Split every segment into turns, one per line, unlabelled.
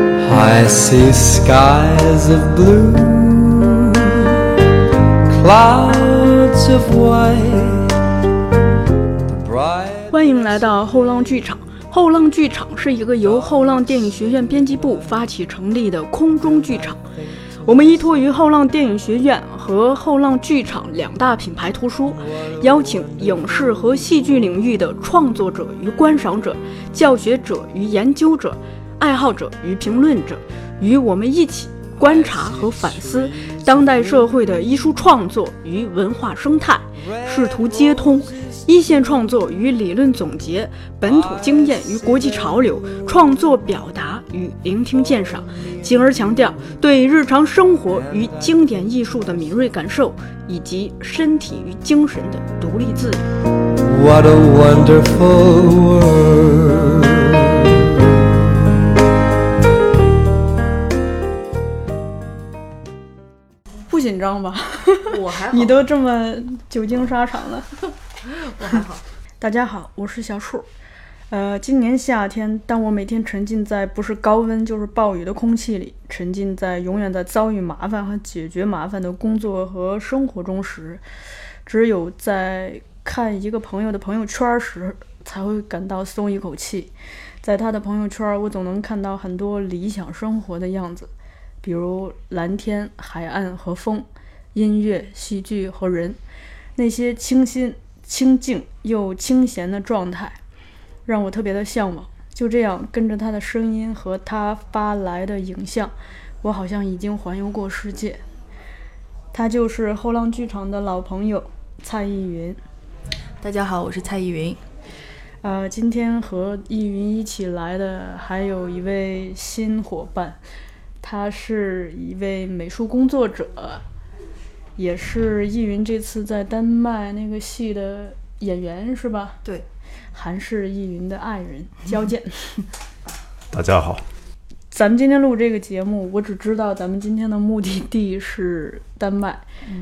I see skies of blue, clouds of white. the bright-
欢迎来到后浪剧场。后浪剧场是一个由后浪电影学院编辑部发起成立的空中剧场。我们依托于后浪电影学院和后浪剧场两大品牌图书，邀请影视和戏剧领域的创作者与观赏者、教学者与研究者、爱好者与评论者，与我们一起观察和反思当代社会的艺术创作与文化生态，试图接通一线创作与理论总结、本土经验与国际潮流、创作表达与聆听鉴赏，进而强调对日常生活与经典艺术的敏锐感受，以及身体与精神的独立自由。
What a wonderful world.
不紧张吧？
我还好，
你都这么久经沙场了。
我还好。
大家好，我是小树。呃，今年夏天，当我每天沉浸在不是高温就是暴雨的空气里，沉浸在永远在遭遇麻烦和解决麻烦的工作和生活中时，只有在看一个朋友的朋友圈时，才会感到松一口气。在他的朋友圈，我总能看到很多理想生活的样子，比如蓝天、海岸和风，音乐、戏剧和人。那些清新、清静又清闲的状态，让我特别的向往。就这样跟着他的声音和他发来的影像，我好像已经环游过世界。他就是后浪剧场的老朋友蔡依云。
大家好，我是蔡依云。
呃，今天和易云一起来的还有一位新伙伴，他是一位美术工作者，也是易云这次在丹麦那个戏的演员是吧？
对，
韩是易云的爱人焦健。
大家好，
咱们今天录这个节目，我只知道咱们今天的目的地是丹麦。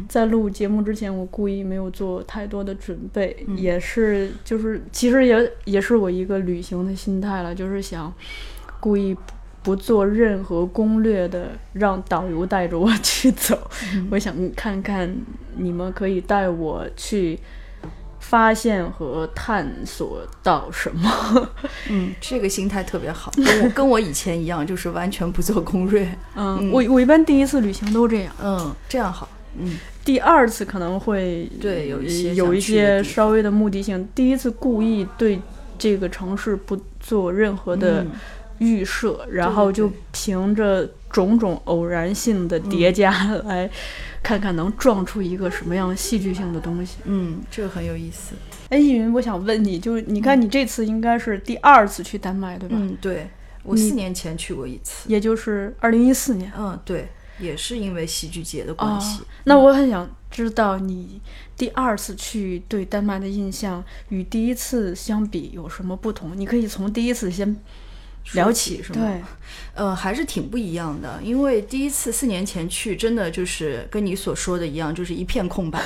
在录节目之前，我故意没有做太多的准备，也是就是其实也也是我一个旅行的心态了，就是想故意不不做任何攻略的，让导游带着我去走。我想看看你们可以带我去发现和探索到什么。
嗯，这个心态特别好，跟我 跟我以前一样，就是完全不做攻略。
嗯，我我一般第一次旅行都这样。
嗯，这样好。嗯，
第二次可能会呃
对有一些
有一
想去的
些
地方
稍微的目的性，第一次故意对这个城市不做任何的
嗯
预设，然后就凭着种种偶然性的叠加 来看看能撞出一个什么样戏剧性的东西。
嗯，这个很有意思。
哎，易云，我想问你，就是你看你这次应该是第二次去丹麦对吧？
嗯，对，我四年前去过一次。
也就是二零一四年。
嗯，对，也是因为戏剧节的
哦
关系。，嗯
那我很想知道你第二次去对丹麦的印象与第一次相比有什么不同？你可以从第一次先聊起，是
是
吗？
吗？， 呃，还是挺不一样的，因为第一次四年前去，真的就是跟你所说的一样，就是一片空白，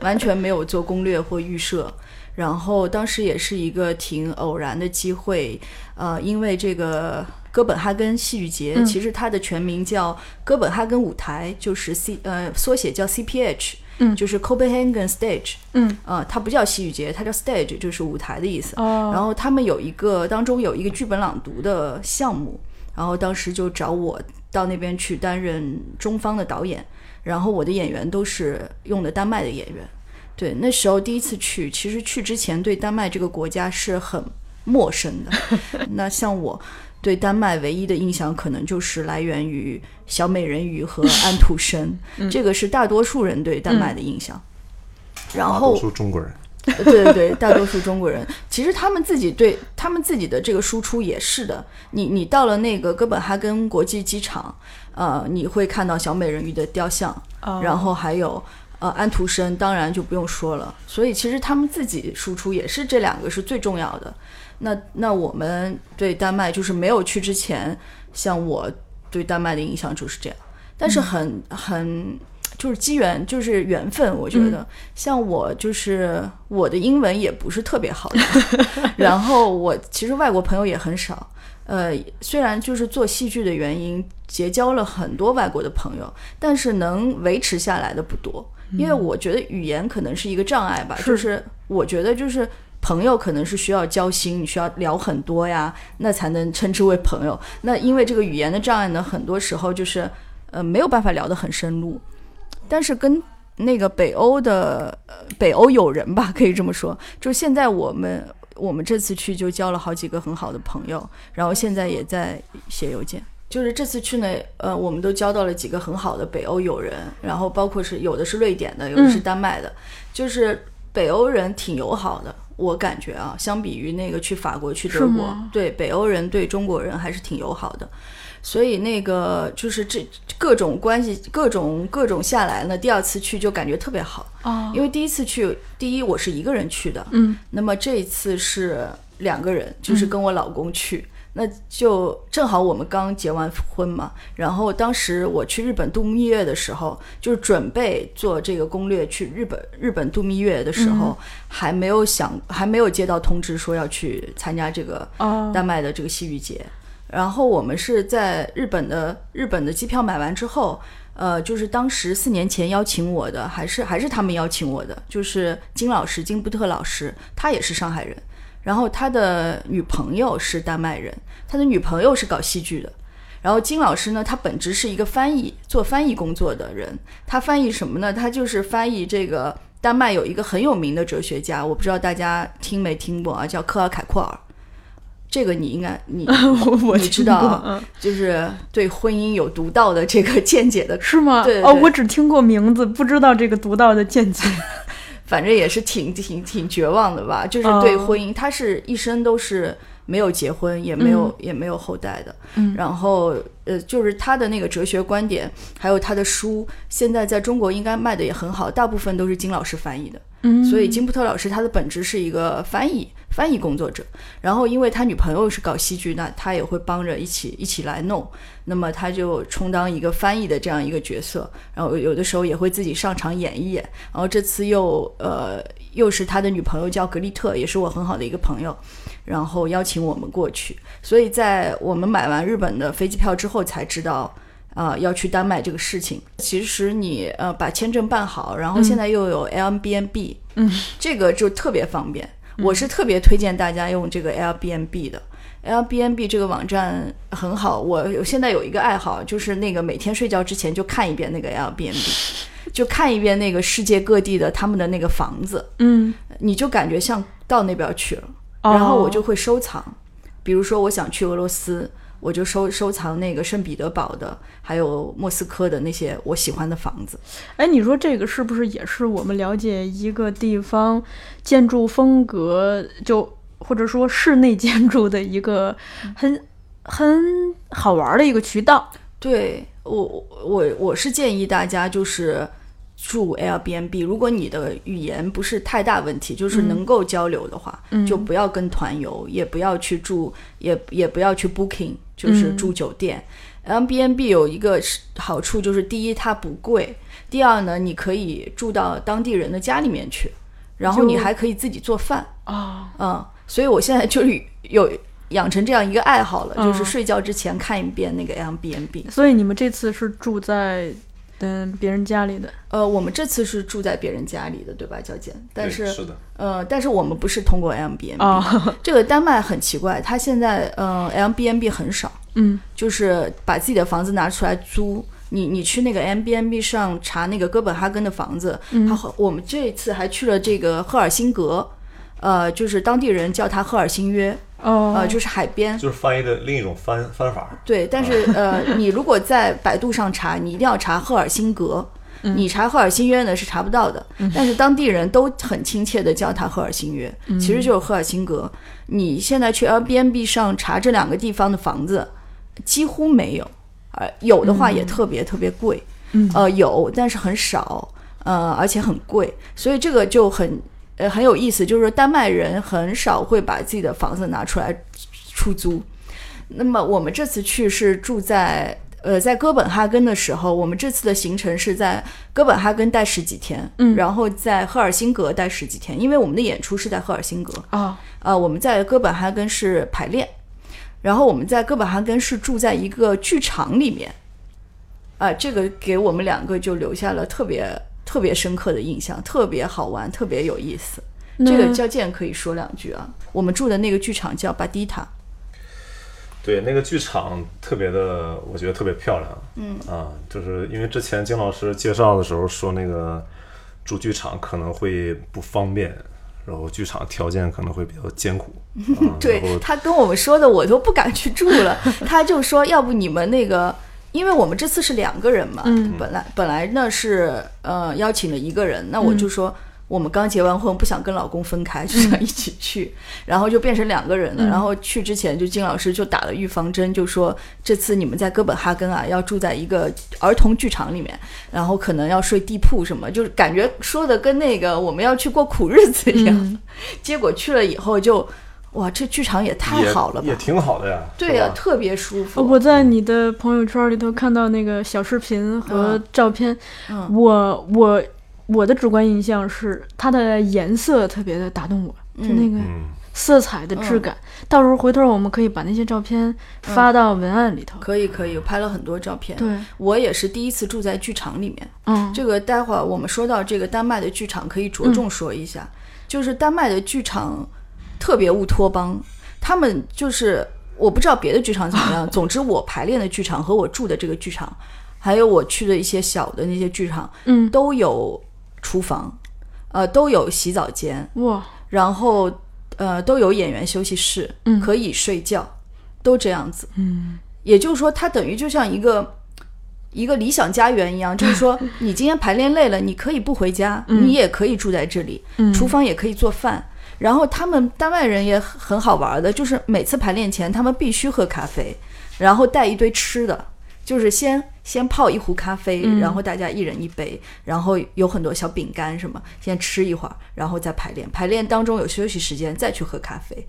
完全没有做攻略或预设。然后当时也是一个挺偶然的机会，呃，因为这个哥本哈根戏剧节，其实它的全名叫哥本哈根舞台，就是 C 呃缩写叫 CPH，
嗯
就是 Copenhagen Stage，
嗯，
呃，它不叫戏剧节，它叫 stage，就是舞台的意思。
哦
然后他们有一个当中有一个剧本朗读的项目，然后当时就找我到那边去担任中方的导演，然后我的演员都是用的丹麦的演员。对，那时候第一次去，其实去之前对丹麦这个国家是很陌生的。 那像我对丹麦唯一的印象，可能就是来源于小美人鱼和安徒生，这个是大多数人对丹麦的印象。然
大
后
多数中国人，
对对对，大多数中国人其实他们自己对他们自己的这个输出也是的。你你到了那个哥本哈根国际机场，呃，你会看到小美人鱼的雕像，
哦
然后还有呃安徒生，当然就不用说了。所以其实他们自己输出也是这两个是最重要的。那那我们对丹麦就是没有去之前，像我对丹麦的印象就是这样，但是很、很就是机缘，就是缘分。我觉得、像我就是我的英文也不是特别好的，然后我其实外国朋友也很少。呃，虽然就是做戏剧的原因，结交了很多外国的朋友，但是能维持下来的不多，因为我觉得语言可能是一个障碍吧，就是我觉得就是。朋友可能是需要交心，你需要聊很多呀，那才能称之为朋友。那因为这个语言的障碍呢，很多时候就是呃没有办法聊得很深入。但是跟那个北欧的呃北欧友人吧，可以这么说，就现在我们我们这次去就交了好几个很好的朋友，然后现在也在写邮件。就是这次去呢，呃，我们都交到了几个很好的北欧友人，然后包括是有的是瑞典的，有的是丹麦的，就是北欧人挺友好的，我感觉啊，相比于那个去法国、去德国
吗，
对北欧人对中国人还是挺友好的。所以那个就是这各种关系，各种各种下来呢，第二次去就感觉特别好，
哦
因为第一次去，第一我是一个人去的，
嗯，
那么这一次是两个人，就是跟我老公去。那就正好我们刚结完婚嘛，然后当时我去日本度蜜月的时候，就是准备做这个攻略去日本日本度蜜月的时候，还没有想还没有接到通知说要去参加这个
哦
丹麦的这个戏剧节。然后我们是在日本的日本的机票买完之后，呃，就是当时四年前邀请我的，还是还是他们邀请我的，就是金老师金布特老师，他也是上海人，然后他的女朋友是丹麦人，他的女朋友是搞戏剧的。然后金老师呢，他本职是一个翻译，做翻译工作的人。他翻译什么呢？他就是翻译这个丹麦有一个很有名的哲学家，我不知道大家听没听过啊，叫克尔凯阔尔。这个你应该你
我我
你知
听
道
过
啊，
嗯
就是对婚姻有独到的这个见解的
是吗？
对对
哦，
对
我只听过名字，不知道这个独到的见解。
反正也是挺挺挺绝望的吧，就是对婚姻，他是一生都是没有结婚，也没有、也没有后代的。
嗯
然后呃，就是他的那个哲学观点，还有他的书，现在在中国应该卖的也很好，大部分都是金老师翻译的。
嗯
所以金布特老师他的本职是一个翻译翻译工作者，然后因为他女朋友是搞戏剧，那他也会帮着一起一起来弄，那么他就充当一个翻译的这样一个角色，然后有的时候也会自己上场演一演，然后这次又呃又是他的女朋友叫格丽特，也是我很好的一个朋友，然后邀请我们过去，所以在我们买完日本的飞机票之后才知道。啊、要去丹麦这个事情，其实你呃把签证办好，然后现在又有 Airbnb，、这个就特别方便。我是特别推荐大家用这个 Airbnb 的。Airbnb 这个网站很好，我有现在有一个爱好，就是那个每天睡觉之前就看一遍那个 Airbnb，就看一遍那个世界各地的他们的那个房子，
嗯，
你就感觉像到那边去了。
哦
然后我就会收藏，比如说我想去俄罗斯，我就收收藏那个圣彼得堡的，还有莫斯科的那些我喜欢的房子。
哎，你说这个是不是也是我们了解一个地方建筑风格，就或者说室内建筑的一个
嗯
很很好玩的一个渠道？
对我，我我是建议大家就是住 Airbnb，如果你的语言不是太大问题，
嗯
就是能够交流的话，就不要跟团游，也不要去住，也也不要去 Booking，就是
嗯
住酒店。Airbnb 有一个是好处就是，第一它不贵，第二呢，你可以住到当地人的家里面去，然后你
就
还可以自己做饭。
哦，
嗯，所以我现在就是有养成这样一个爱好了，就是
嗯
睡觉之前看一遍那个 Airbnb。
所以你们这次是住在嗯别人家里的，
呃，我们这次是住在别人家里的，对吧，娇姐？但是
是的，
呃，但是我们不是通过 m b n b
哦，
这个丹麦很奇怪，它现在呃 m b n b 很少，
嗯，
就是把自己的房子拿出来租。你你去那个 m b n b 上查那个哥本哈根的房子，
嗯
它和我们这次还去了这个赫尔辛格，呃，就是当地人叫它赫尔辛约，
哦，
呃，就是海边。
就是翻译的另一种翻翻法儿。
对，但是呃， 你如果在百度上查，你一定要查赫尔辛格。你查赫尔辛约呢是查不到的，但是当地人都很亲切的叫它赫尔辛约，其实就是赫尔辛格。你现在去 Airbnb 上查这两个地方的房子，几乎没有，呃，有的话也特别特别贵，呃，有但是很少，呃，而且很贵，所以这个就很呃很有意思，就是说丹麦人很少会把自己的房子拿出来出租。那么我们这次去是住在呃在哥本哈根的时候，我们这次的行程是在哥本哈根待十几天，
嗯
然后在赫尔辛格待十几天，因为我们的演出是在赫尔辛格，
哦，
呃，我们在哥本哈根是排练。然后我们在哥本哈根是住在一个剧场里面，啊，这个给我们两个就留下了特别特别深刻的印象，特别好玩，特别有意思。这个
那
教健可以说两句啊。我们住的那个剧场叫巴迪塔，、
对，那个剧场特别的，我觉得特别漂亮。嗯啊，就是因为之前金老师介绍的时候说，那个住剧场可能会不方便，然后剧场条件可能会比较艰 苦。啊
对
然后
他跟我们说的，我都不敢去住 了。他就说，要不你们那个，因为我们这次是两个人嘛，
嗯
本来本来呢是呃邀请了一个人，那我就说。我们刚结完婚，不想跟老公分开，就想一起去，然后就变成两个人了。然后去之前，就金老师就打了预防针，就说这次你们在哥本哈根啊，要住在一个儿童剧场里面，然后可能要睡地铺什么，就是感觉说的跟那个我们要去过苦日子一样。
嗯
结果去了以后就，哇，这剧场也太
也
好了吧
也？挺好的啊呀。
对呀、
是吧
特别舒服。
哦我在你的朋友圈里头看到那个小视频和照片，
嗯
我我我的主观印象是它的颜色特别的打动我，就那个
嗯，
色彩的质感。到时候回头我们可以把那些照片发到文案里头。
可以可以，拍了很多照片。
对，
我也是第一次住在剧场里面。
嗯，
这个待会儿我们说到这个丹麦的剧场，可以着重说一下，就是丹麦的剧场特别乌托邦，他们就是我不知道别的剧场怎么 样，总之我排练的剧场和我住的这个剧场，还有我去的一些小的那些剧场，
嗯
都有厨房，呃，都有洗澡间，
哇，
然后呃都有演员休息室，
嗯
可以睡觉，都这样子。
嗯
也就是说，它等于就像一个一个理想家园一样，就是 说，你今天排练累了，你可以不回家，
嗯
你也可以住在这里，
嗯
厨房也可以做饭。然后他们丹麦人也很很好玩的，就是每次排练前他们必须喝咖啡，然后带一堆吃的，就是先先泡一壶咖啡，
嗯
然后大家一人一杯，然后有很多小饼干什么，先吃一会儿，然后再排练。排练当中有休息时间，再去喝咖啡。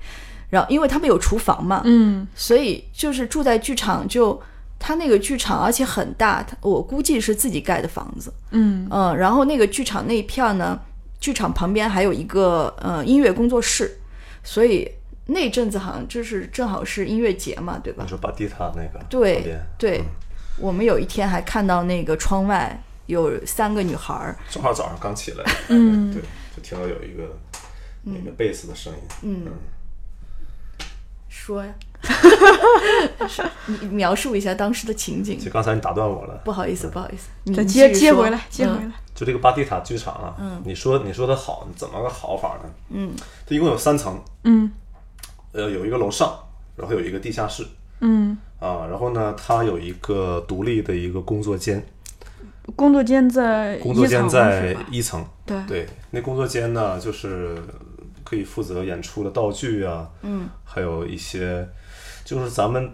然后因为他们有厨房嘛，
嗯
所以就是住在剧场就。他那个剧场，而且很大，它我估计是自己盖的房子，
嗯
嗯，然后那个剧场那一片儿呢，剧场旁边还有一个呃音乐工作室，所以那阵子好像就是正好是音乐节嘛，对吧
你？说巴蒂塔那个旁
对
边嗯
对，我们有一天还看到那个窗外有三个女孩儿，
正好早上刚起来，
嗯
对，就听到有一个那个贝斯的声音，嗯，
说呀， 你描述一下当时的情景
就。刚才你打断我了，
不好意思，不好意思，你
再
你
接
继续
接
说
回来，接回
嗯
来。
就这个巴蒂塔剧场啊，
嗯
你说你说它好，怎么个好法呢？嗯，它一共有三层，
嗯
呃，有一个楼上，然后有一个地下室
嗯，
啊，然后呢，它有一个独立的一个工作间，
工作间在
工作
一
间
层是
在
吧
一层，
对
对，那工作间呢，就是可以负责演出的道具啊，嗯，还有一些就是咱们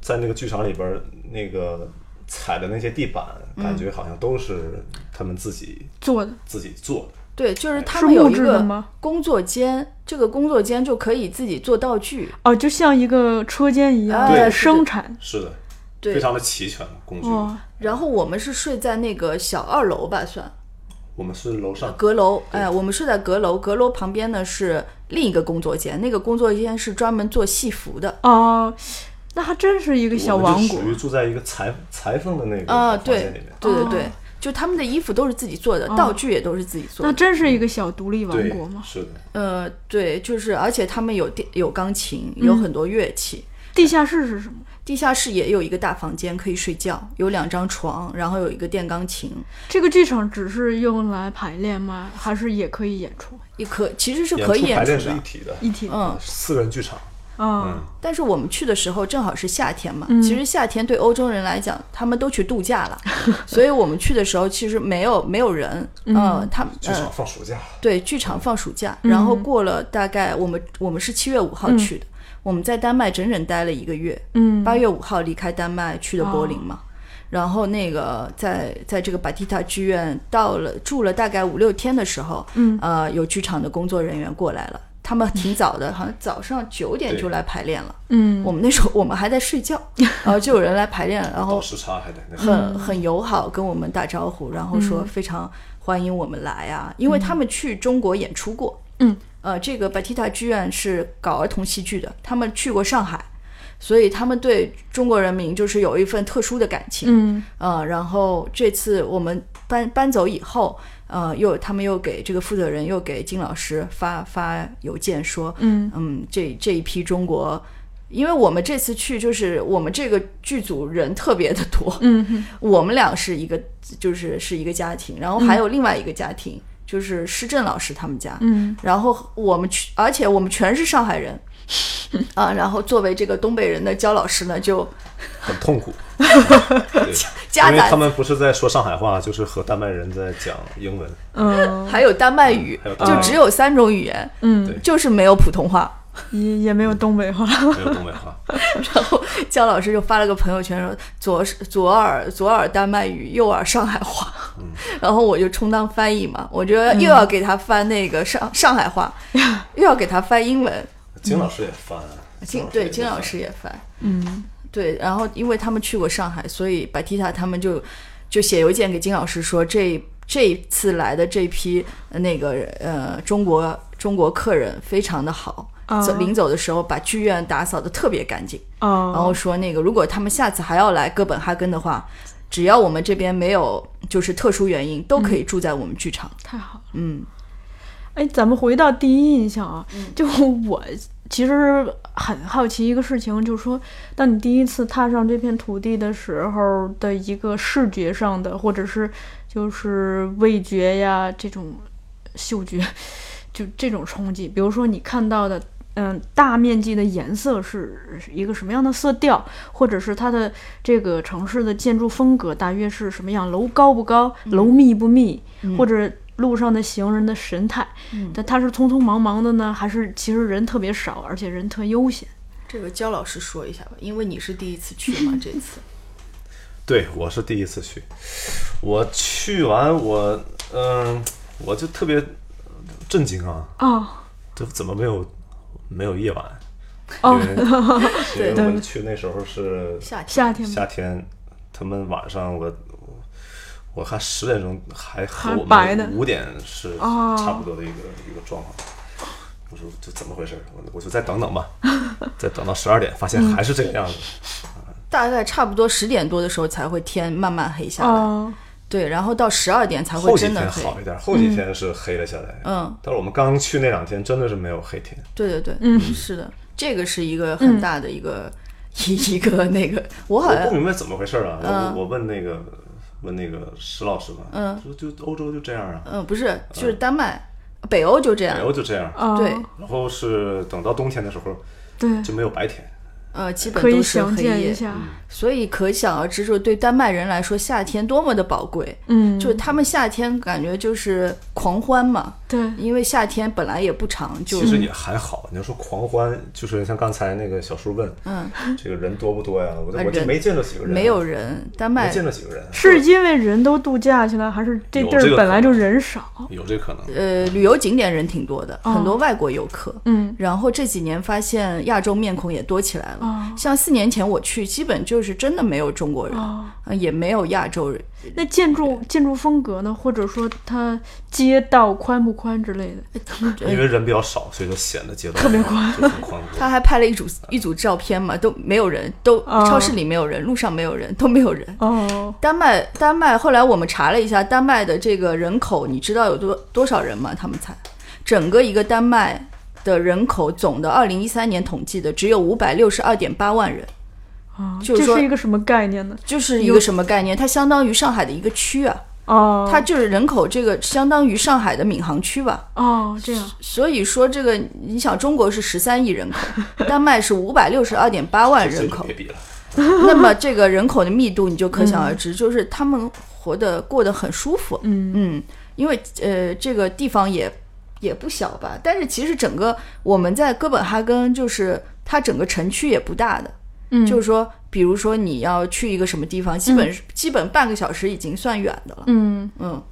在那个剧场里边儿那个踩的那些地板，
嗯
感觉好像都是他们自己
做的，
自己做的，
对，就是他
是
们有
木
一
质的
个
吗？
工作间，这个工作间就可以自己做道具。
哦，就像一个车间一样
哎
对是的
在生产。
是的，
对哦
非常的齐全工具。
哇，
然后我们是睡在那个小二楼吧，算
我们是楼上，
阁楼。哎，我们睡在阁楼，阁楼旁边呢是另一个工作间，那个工作间是专门做戏服的。
哦，那还真是一个小
我们就
王国
属。于住在一个裁裁缝的那个
啊、
房间里
对
面，
对对
哦
对，就他们的衣服都是自己做的，道具也都是自己做
那
的。
真是一个小独立王
对
国吗？
是的，
呃，对，就是而且他们有电有钢琴，有
嗯
很多乐器。
地下室是什么？
地下室也有一个大房间可以睡觉，有两张床，然后有一个电钢琴，
这个剧场只是用来排练吗？还是也可以演出？
也可其实是可以
演出排
演出
练是一
的。
体的，
一体的
嗯，
四人剧场。
啊，
但是我们去的时候正好是夏天嘛，其实夏天对欧洲人来讲，他们都去度假了，所以我们去的时候其实没有没有人，呃，他们
剧
呃
场放暑假，
对剧场放暑假，然后过了大概我们我们是七月五号去的，我们在丹麦整整待了一个月，
嗯哦
八月五号离开丹麦去的柏林嘛。然后那个在在这个巴蒂塔剧院到了住了大概五六天的时候，
嗯
呃，有剧场的工作人员过来了，他们挺早的，好像早上九点
对
就来排练了。
嗯
我们那时候我们还在睡觉，然后就有人来排练，然
倒
后
时差还得那什么
哦
嗯
很很友好跟我们打招呼，然后说非常欢迎我们来啊，因为他们去中国演出过，
嗯，
呃，这个 Batista 剧院是搞儿童戏剧的，他们去过上海，所以他们对中国人民就是有一份特殊的感情。
嗯
呃，然后这次我们搬搬走以后，呃，又他们又给这个负责人又给金老师发发邮件说，
嗯
嗯，这这一批中国，因为我们这次去就是我们这个剧组人特别的多，
嗯
我们俩是一个就是是一个家庭，然后还有另外一个家庭、就是施正老师他们家，
嗯
然后我们去，而且我们全是上海 人。啊，然后作为这个东北人的焦老师呢，就
很痛苦。
夹
因为
杂
他们不是在说上海话，就是和丹麦人在讲英 文。
嗯
还有丹麦语
还有，丹麦
就
语
只有三种语言，
嗯
对，
就是没有普通话。
也也没有东北话。
没有东北话，
然后焦老师就发了个朋友圈说左是左耳左耳丹麦语，右耳上海话。
嗯
然后我就充当翻译嘛，我觉得又
嗯
要给他翻那个上上海 话，又要给他翻英文。
金老师也啊翻。
嗯金
也
对金
翻
老师也翻，
嗯
对，然后因为他们去过上海，所以白提塔他们就就写邮件给金老师说，这这一次来的这批呃那个呃中国中国客人非常的好，
啊
走临走的时候把剧院打扫的特别干净，
哦，
然后说那个如果他们下次还要来哥本哈根的话，只要我们这边没有就是特殊原因，都
嗯
可以住在我们剧场。
太好了。
嗯
哎，咱们回到第一印象啊，就我其实很好奇一个事情，就是说，当你第一次踏上这片土地的时候的一个视觉上的，或者是就是味觉呀这种嗅觉，就这种冲击，比如说你看到的。嗯，大面积的颜色是一个什么样的色调，或者是它的这个城市的建筑风格大约是什么样？楼高不高？楼密不密？或者路上的行人的神态？但他是匆匆忙忙的呢，还是其实人特别少，而且人特悠闲？
这个焦老师说一下吧，因为你是第一次去 嘛，这次。
对，我是第一次去，我去完我嗯、我就特别震惊啊，
哦
这怎么没有没有夜晚？
哦，
因为因为我
对
们去那时候是
夏天
夏天吗
夏天，他们晚上我我看十点钟还和我
还白呢
们五点是
哦
差不多的一个、一个状况。我说这怎么回事？我我就再等等 吧，再等到十二点，发
嗯
现还是这个样子。
大概差不多十点多的时候才会天慢慢黑下来，
哦，
对，然后到十二点才会
后几
真
天
的黑。
好一点，后几
嗯
天是黑了下来。
嗯，
但是我们刚去那两天真的是没有黑天。
对对对，嗯，是的，这个是一个很大的一个、一一个那个，我好
我不
像
明白怎么回事儿啊！
嗯
我我问那个问那个石老师嘛，嗯，就就欧洲就这样啊，
嗯不是，就是丹麦、北欧就这样
北，欧就这样。
哦
对，
然后是等到冬天的时候
对，
就没有白天，
呃，基本
可以
都是
想
黑
见一
夜，
下，
所以可想而知，就对丹麦人来说，夏天多么的宝贵。
嗯，
就是他们夏天感觉就是狂欢嘛，
对，
因为夏天本来也不长，就
其实也还好。你要说狂欢，就是像刚才那个小叔问，嗯，这个人多不多呀？我
啊
就我就
人
没见着几个人，
没有人。丹
没
麦
见着几个人，啊
是因为人都度假去了，还是这
有
地儿
这个
本
可
来就
能
人少？
有这可能。
呃，旅游景点人挺多的，
哦
很多外国游客。
嗯，
然后这几年发现亚洲面孔也多起来了，
哦
像四年前我去，基本就是真的没有中国人，
哦，
呃也没有亚洲人。
那建筑建筑风格呢，或者说它街道宽不宽之类的？
哎
因为人比较少，所以就显得街道
特别宽，
就很宽阔。
他还拍了一组一组照片嘛，都没有人，都、
哦
超市里没有人，路上没有人，都没有人。
哦，
丹麦，丹麦，后来我们查了一下，丹麦的这个人口，你知道有多多少人吗？他们才整个一个丹麦的人口总的，二零一三年统计的只有五百六十二点八万人，
哦，
就是
这
说
是一个什么概念呢？
就是一个什么概念？它相当于上海的一个区啊，
哦，
它就是人口这个相当于上海的闵行区吧。
哦这样，
所以说这个，你想中国是十三亿人口， 丹麦是五百六十二点八万人口
这就别，比了，
那么这个人口的密度你就可想而知，就是他们活得过得很舒服。
嗯
嗯，因为呃，这个地方也也不小吧，但是其实整个我们在哥本哈根，就是它整个城区也不大的，
嗯，
就是说，比如说你要去一个什么地方，基本、基本半个小时已经算远的了。
嗯
嗯，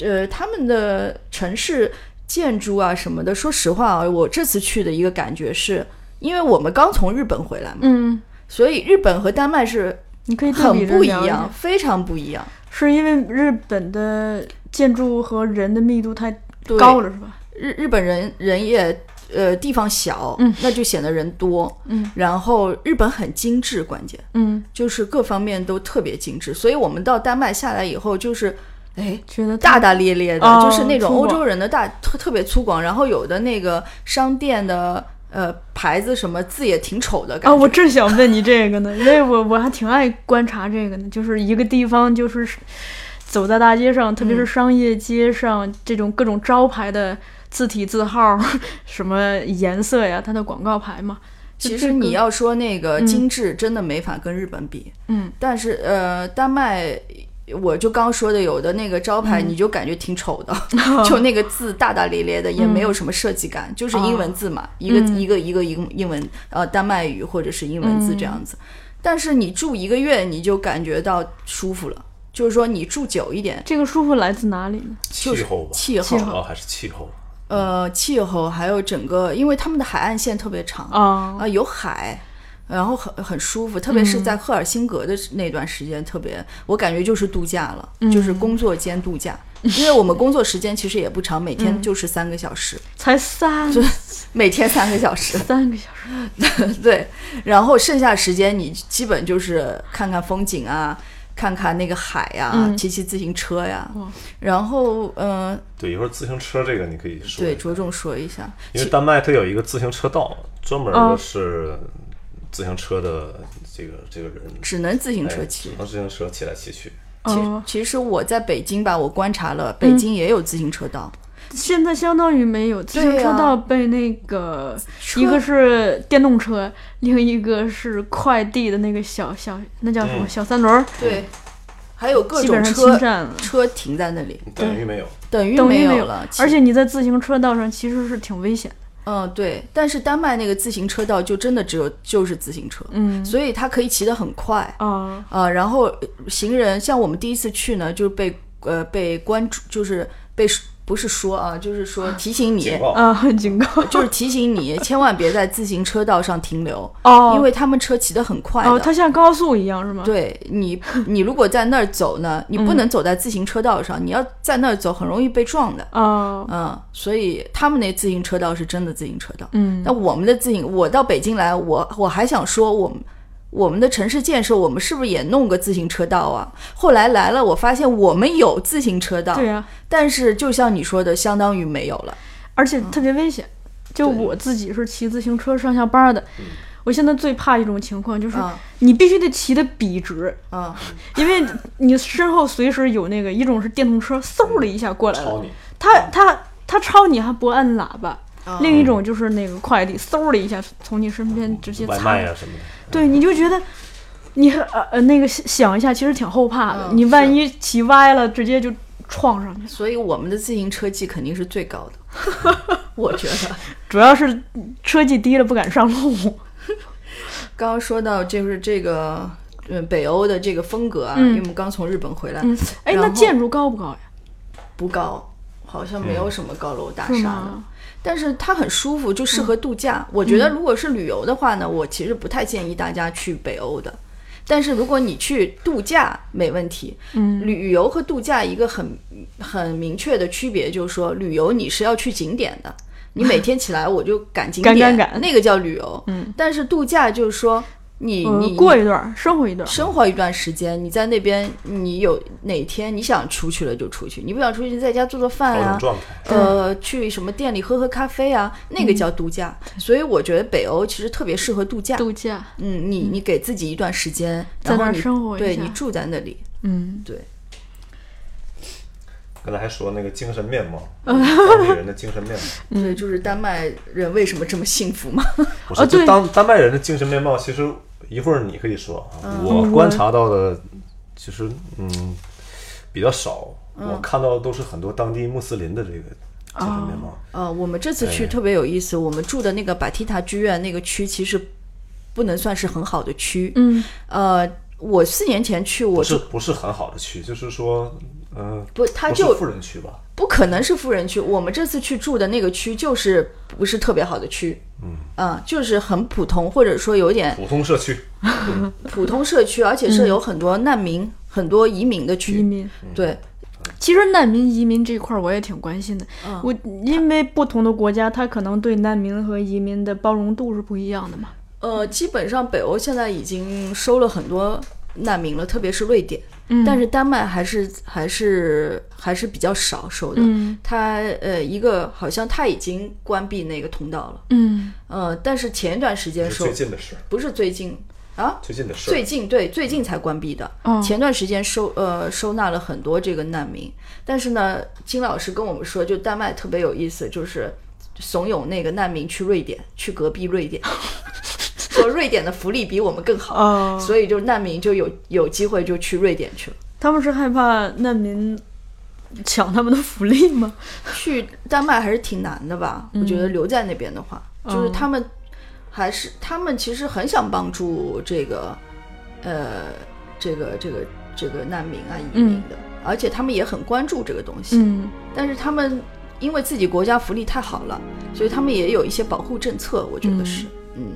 呃，他们的城市建筑啊什么的，说实话啊，我这次去的一个感觉是，因为我们刚从日本回来嘛，
嗯，
所以日本和丹麦是
你可以对比
很
着
不一
聊下
样，非常不一样。
是因为日本的建筑和人的密度太
对
高了，是吧？
日日本人人也呃地方小，嗯，那就显得人多，嗯，然后日本很精致，关键
嗯，
就是各方面都特别精致，所以我们到丹麦下来以后就是。哎，
觉得
大大咧咧的，
哦
就是那种
粗犷
欧洲人的大特特别粗犷，然后有的那个商店的呃牌子什么字也挺丑的感觉。
啊，我正想问你这个呢，因为我我还挺爱观察这个呢，就是一个地方就是走在大街上，特
嗯
别是商业街上，这种各种招牌的字体字号， 什么颜色呀，它的广告牌嘛，就
其
这
实
个
你要说那个精致，真的没法跟日本比。
嗯，
但是呃，丹麦。我就刚说的，有的那个招
嗯
牌你就感觉挺丑 的，就那个字大大咧咧的，
嗯
也没有什么设计感，就是英文字
哦
嘛，一个一个一个英英文呃丹麦语或者是英文字这
嗯
样子。但是你住一个月，你就感觉到舒服了，就是说你住久一点，
这个舒服来自哪里呢？
气候吧，
气候
气
主
候
要还是气候。
呃气候还有整个，因为他们的海岸线特别长，
啊、
啊，有海，然后很很舒服，特别是
嗯
在赫尔辛格的那段时间，特别我感觉就是度假了，
嗯
就是工作兼度 假，因为我们工作时间其实也不长，每
嗯
天就是三个小时，
才三
每天三个小时，
三个小时，
对，然后剩下时间你基本就是看看风景啊。看看那个海呀、
嗯
骑骑自行车呀、然后嗯、呃
对，一会儿自行车这个你可以说
对，
一下，
着重说一下，
因为丹麦它有一个自行车道，专门
哦
的是自行车的这个这个人
只能自行车
哎
骑
只，能自行车骑来骑去。
其
哦嗯
其实我在北京吧，我观察了，北京也有自行车道，
现在相当于没有自行
对
车
呀
道被那个、
车
一个是电动车，另一个是快递的那个小小那叫什么、
嗯
小三轮儿，
对，还有各
基本
种
上侵
车
占了。
车停在那里，
等于没有，
等于
等于
没
没
有
有
了。其
而且你在自行车道上其实是挺危险的。
嗯，对，但是丹麦那个自行车道就真的只有就是自行车，
嗯
所以它可以骑得很快
啊，
啊、然后呃行人像我们第一次去呢，就是被呃被关注，就是被不是说啊，就是说提醒你
警。告。
啊，警告
就是提醒你，千万别在自行车道上停留，
哦，
因为他们车骑得很快的。
哦，它像高速一样是吗？，
对你，你如果在那儿走呢，你
嗯
不能走在自行车道上，你要在那儿走，很容易被撞的。
啊，
嗯，所以他们那自行车道是真的自行车道。
嗯，
那我们的自行，我到北京来，我我还想说，我们我们的城市建设，我们是不是也弄个自行车道啊？后来来了，我发现我们有自行车道，
对呀、
但是就像你说的，相当于没有了。
而且特别危险。
嗯
就我自己是骑自行车上下班的，我现在最怕一种情况就
嗯
是
啊
你必须得骑得笔直，
嗯，
因为你身后随时有那个一种是电动车嗖的一下过来了，
超你，
他他他超你还不按喇叭，
嗯
另一种就是那个快递嗖的一下从你身边直接
外
擦
卖啊
过
呀、什么的，
对，你就觉得你呃呃那个想想一下，其实挺后怕的。
嗯
你
啊
万一骑歪了，直接就撞上去。
所以我们的自行车技肯定是最高的， 我觉得。
主要是车技低了，不敢上路。
刚刚说到就是这个，嗯，北欧的这个风格啊，
嗯
因为我们刚从日本回来，
嗯，哎，
然
那
后
建筑高不高呀？
不高，好像没有什么高楼大
是
厦的。
吗？
但是它很舒服，就适合度
嗯
假。我觉得如果是旅游的话呢，我其实不太建议大家去北欧的。但是如果你去度假，没问题。
嗯，
旅游和度假一个很很明确的区别就是说，旅游你是要去景点的，你每天起来我就赶景
赶
点，
赶赶
那个叫旅游。嗯，但是度假就是说你
呃
你
过一段儿，生活一段儿。
生活一段时间，你在那边，你有哪天你想出去了就出去，你不想出去，在家做做
哎
饭
调
啊
整，状态。
呃，去什么店里喝喝咖啡啊，那个叫度假。
嗯
所以我觉得北欧其实特别适合度假。
度假，
嗯，你你给自己一段时间，
在
然
那
后
儿
你
生活一
对
下
你住在那里，
嗯，
对，
刚才还说那个精神面 貌，当地人的精神面貌，
所以就是丹麦人为什么这么幸福嘛？
不
哦
是，就
对
当丹麦人的精神面貌，其实一会儿你可以说啊，
嗯
我观察到的其实嗯比较少，
嗯
我看到的都是很多当地穆斯林的这个精神面
哦
貌，
呃，我们这次
哎
去特别有意思，我们住的那个巴提塔剧院那个区其实不能算是很好的区。
嗯，
呃，我四年前去，我
不是
住
不是很好的区，就是说，嗯，
不，它
不是
就
富人区吧？
不可能是富人区。我们这次去住的那个区就是不是特别好的区，嗯，啊，就是很普通，或者说有点
普通社区，
普通社区，而且是有很多难民、很多移民的
移
嗯
区。
民，
对，
其实难民移民这块儿我也挺关心的，
嗯
我因为不同的国家，它可能对难民和移民的包容度是不一样的嘛。
呃，基本上北欧现在已经收了很多难民了，特别是瑞典，
嗯
但是丹麦还是还是还是比较少收的。
嗯
它呃，一个好像它已经关闭那个通道了，
嗯
呃，但是前一段时间
是
收
最近的事儿，
不是最近啊，
最近的事儿。
最近对最近才关闭的，
哦
前段时间收呃收纳了很多这个难民，但是呢，金老师跟我们说，就丹麦特别有意思，就是怂恿那个难民去瑞典，去隔壁瑞 典，说瑞典的福利比我们更好，
哦
所以就难民就有有机会就去瑞典去了，
他们是害怕难民抢他们的福利吗？
去丹麦还是挺难的吧？我觉得留在那边的话，就是他们还是他们其实很想帮助这个呃这个这个这个难民啊移民的，而且他们也很关注这个东西，
嗯
但是他们因为自己国家福利太好了，所以他们也有一些保护政策，我觉得是，嗯。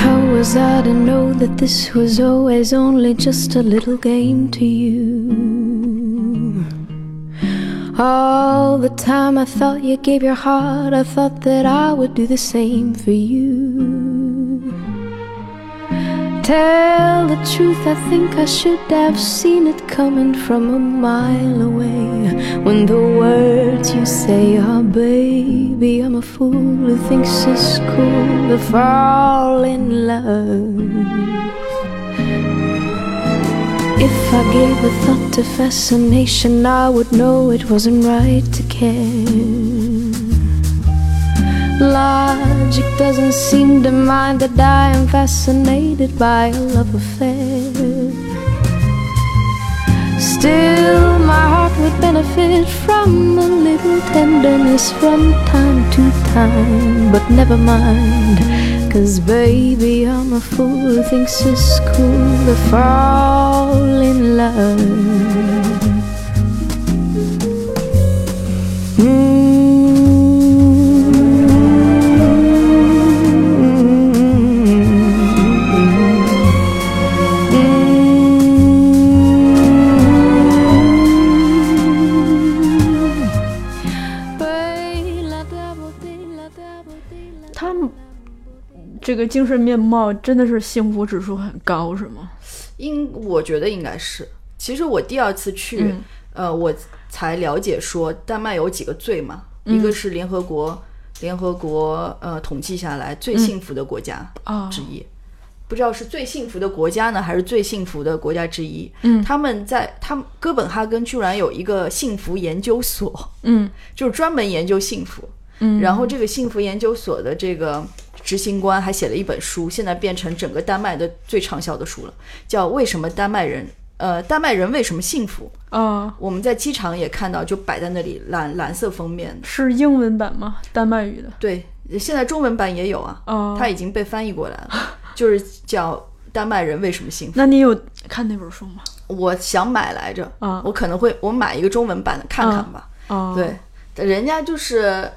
How was I to know that this was always only just a little game to you? All the time I thought you gave your heart, I thought that I would do the same for you. Tell the truth, I think I should have seen it coming from a mile away. When the words you say are, baby, I'm a fool who thinks it's cool to fall in love. If I gave a thought to fascination, I would know it wasn't right to care. Logic doesn't seem to mind that I am fascinated by a love affair. Still, my heart would benefit from a little tenderness from time to time. But never mind, cause baby, I'm a fool who thinks it's cool to fall in love. Mm-hmm.
他们这个精神面貌真的是幸福指数很高，是吗？
应我觉得应该是。其实我第二次去，
嗯
呃，我才了解说丹麦有几个最嘛，
嗯
一个是联合国，联合国呃统计下来最幸福的国家
哦
之一。不知道是最幸福的国家呢，还是最幸福的国家之一？嗯，他们在他们哥本哈根居然有一个幸福研究所，
嗯
就是专门研究幸福。
嗯
然后这个幸福研究所的这个执行官还写了一本书，现在变成整个丹麦的最畅销的书了，叫《为什么丹麦人》。呃，丹麦人为什么幸福？
啊，
我们在机场也看到，就摆在那里蓝蓝色封面。
是英文版吗？丹麦语的？
对，现在中文版也有啊，
哦
它已经被翻译过来了，就是叫《丹麦人为什么幸福》。
那你有看那本书吗？
我想买来着，
啊
我可能会我买一个中文版的看看吧。
啊，
对，人家就是。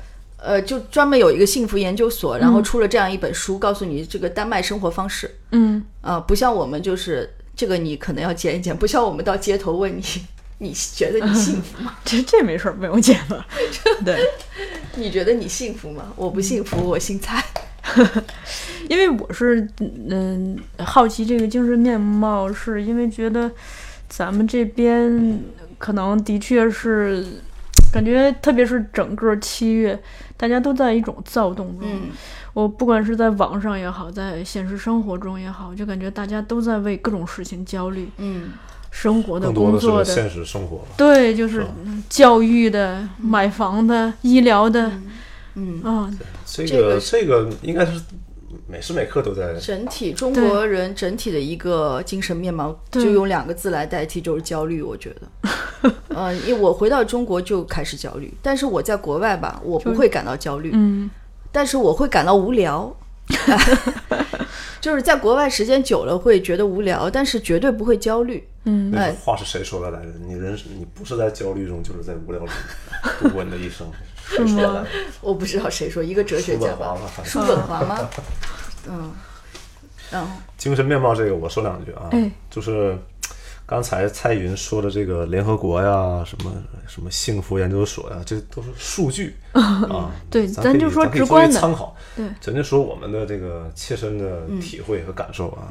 呃，就专门有一个幸福研究所，然后出了这样一本书，告诉你这个丹麦生活方式。
嗯
呃，不像我们就是这个，你可能要检一检，不像我们到街头问你， 你觉得你幸福 吗？
这这没事儿，不用解了。对，
你觉得你幸福吗？我不幸福，我姓蔡。
因为我是嗯好奇这个精神面貌，是因为觉得咱们这边可能的确是感觉，特别是整个七月，大家都在一种躁动中。
嗯
我不管是在网上也好，在现实生活中也好，就感觉大家都在为各种事情焦虑，
嗯，
生活的、
更多
工
的
作
是
的
现。实生活吧。
对，就是
是吧
教育的、买房的、医疗的，
嗯
嗯，
这
这个
个这个应该是每时每刻都在
整体中国人整体的一个精神面貌，就
对
用两个字来代替，就是焦虑。我觉得， 呃，因为我回到中国就开始焦虑，但是我在国外吧，我不会感到焦虑。
嗯
但是我会感到无 聊。就是在国外时间久了会觉得无聊，但是绝对不会焦虑。
嗯
那句话是谁说的来着？你人你不是在焦虑中，就是在无聊中度过你的一生。
是吗？
我不知道谁说一个哲学
叔
家
本华
吧，
吧，反正
叔本华吗？ 嗯，然后
精神面貌这个我说两句啊，
哎
就是刚才蔡云说的这个联合国呀，什么什么幸福研究所呀，这都是数 据啊。
对
咱
咱
可以
就说
咱可以
直
作为
观的
参考，
对嗯
咱就说我们的这个切身的体会和感受啊。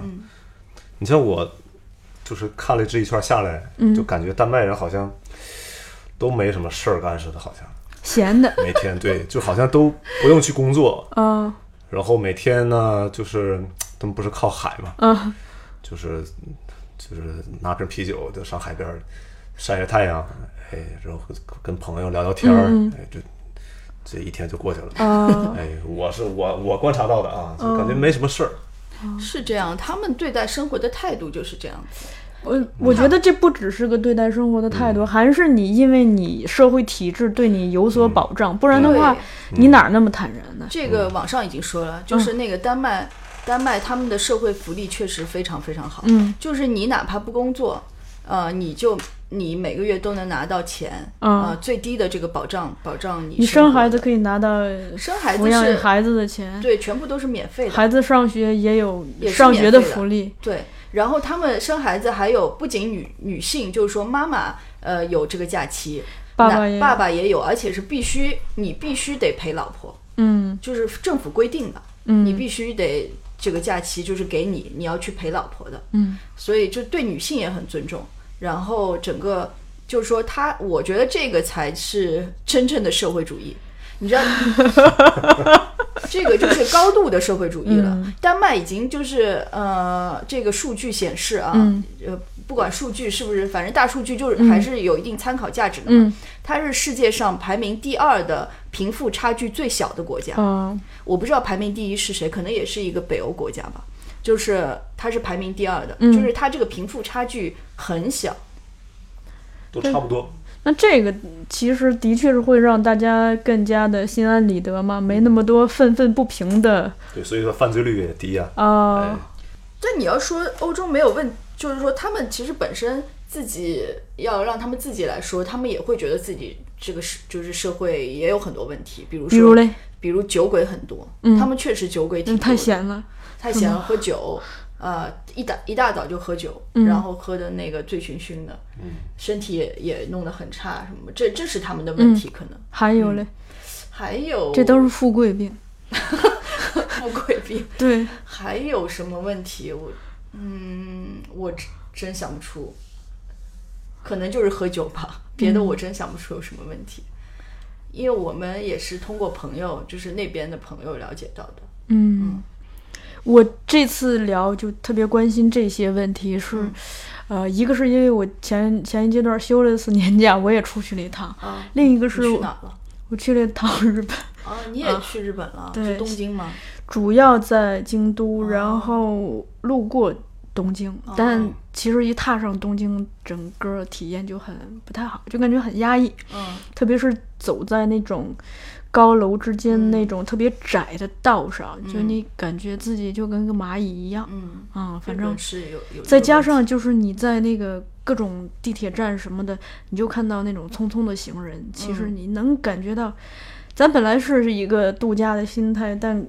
你像我，就是看了这一圈下来，
嗯
就感觉丹麦人好像都没什么事儿干似的，好像
闲的，
每天对，就好像都不用去工作，
嗯
然后每天呢，就是嗯他们不是靠海嘛，
嗯，
就是就是拿瓶啤酒就上海边儿晒晒太阳，哎，然后跟朋友聊聊天儿，哎，这这一天就过去了。
嗯啊嗯
哎，我是我我观察到的啊，就感觉没什么事儿。
嗯是这样，他们对待生活的态度就是这样子。
我呃我觉得这不只是个对待生活的态
嗯
度，还是你因为你社会体制对你有所保障，不
嗯
然的嗯话，你哪儿那么坦然呢？
这个网上已经说了，就是那个丹麦，丹麦他们的社会福利确实非常非常好。
嗯，
就是你哪怕不工作，呃，你就你每个月都能拿到钱，
嗯
呃，最低的这个保障保障你
你生孩子
以
可以拿到
生孩
抚
子
养
哎是
孩子的钱，
对，全部都是免费的。
孩子上学也有
也是
上学的
免费的
福利，
对，然后他们生孩子还有不仅女女性，就是说妈妈呃有这个假期，
爸爸
那
也有
爸爸也有，而且是必须你必须得陪老婆，
嗯
就是政府规定的，
嗯，
你必须得这个假期就是给你，你要去陪老婆的，
嗯
所以就对女性也很尊重。然后整个就是说他，我觉得这个才是真正的社会主 义，你知道，这个就是高度的社会主义了。
嗯
丹麦已经就是呃，这个数据显示啊，
嗯
呃，不管数据是不是，反正大数据就是还是有一定参考价值的嘛。
嗯
它是世界上排名第二的贫富差距最小的国家。
啊
我不知道排名第一是谁，可能也是一个北欧国家吧，就是它是排名第二的，
嗯
就是它这个贫富差距很小。
都差不多，
那这个其实的确是会让大家更加的心安理得嘛，
嗯
没那么多愤愤不平的
对，所以说犯罪率也低啊。哎
啊，，
但你要说欧洲没有问，就是说他们其实本身自己要让他们自己来说，他们也会觉得自己这个是就是社会也有很多问题，比如说
比如嘞，
比如酒鬼很多，他们确实酒鬼挺
嗯，
多的
太闲了，
太闲了，喝酒，呃，一大一大早就喝酒，
嗯
然后喝的那个醉醺醺的，身体也也弄得很差，什么这这是他们
嗯
的问题，可能、
还有嘞，
还有
这都是富贵病，
富贵病，
对，
还有什么问题？我嗯，我真真想不出，可能就是喝酒吧，
嗯
别的我真想不出有什么问题，因为我们也是通过朋友，就是那边的朋友了解到的，
嗯，我这次聊就特别关心这些问题，是，
嗯
呃，一个是因为我前前一阶段休了一次年假，我也出去了一趟，
啊
另一个
你
是
去
我
哪儿了？
我去了一趟日本，
啊，你也去日本了？
啊对
是东京吗？
主要在京都，然后路过东京，
哦
但其实一踏上东京，整个体验就很不太好，就感觉很压抑，
嗯
特别是走在那种高楼之
嗯
间那种特别窄的道上，就你感觉自己就跟个蚂蚁一样，
嗯，
啊、反
日
正
本是有有，
再加上就是你在那个各种地铁站什么的，你就看到那种匆匆的行人，其实你能感觉到，咱本来是一个度假的心态，但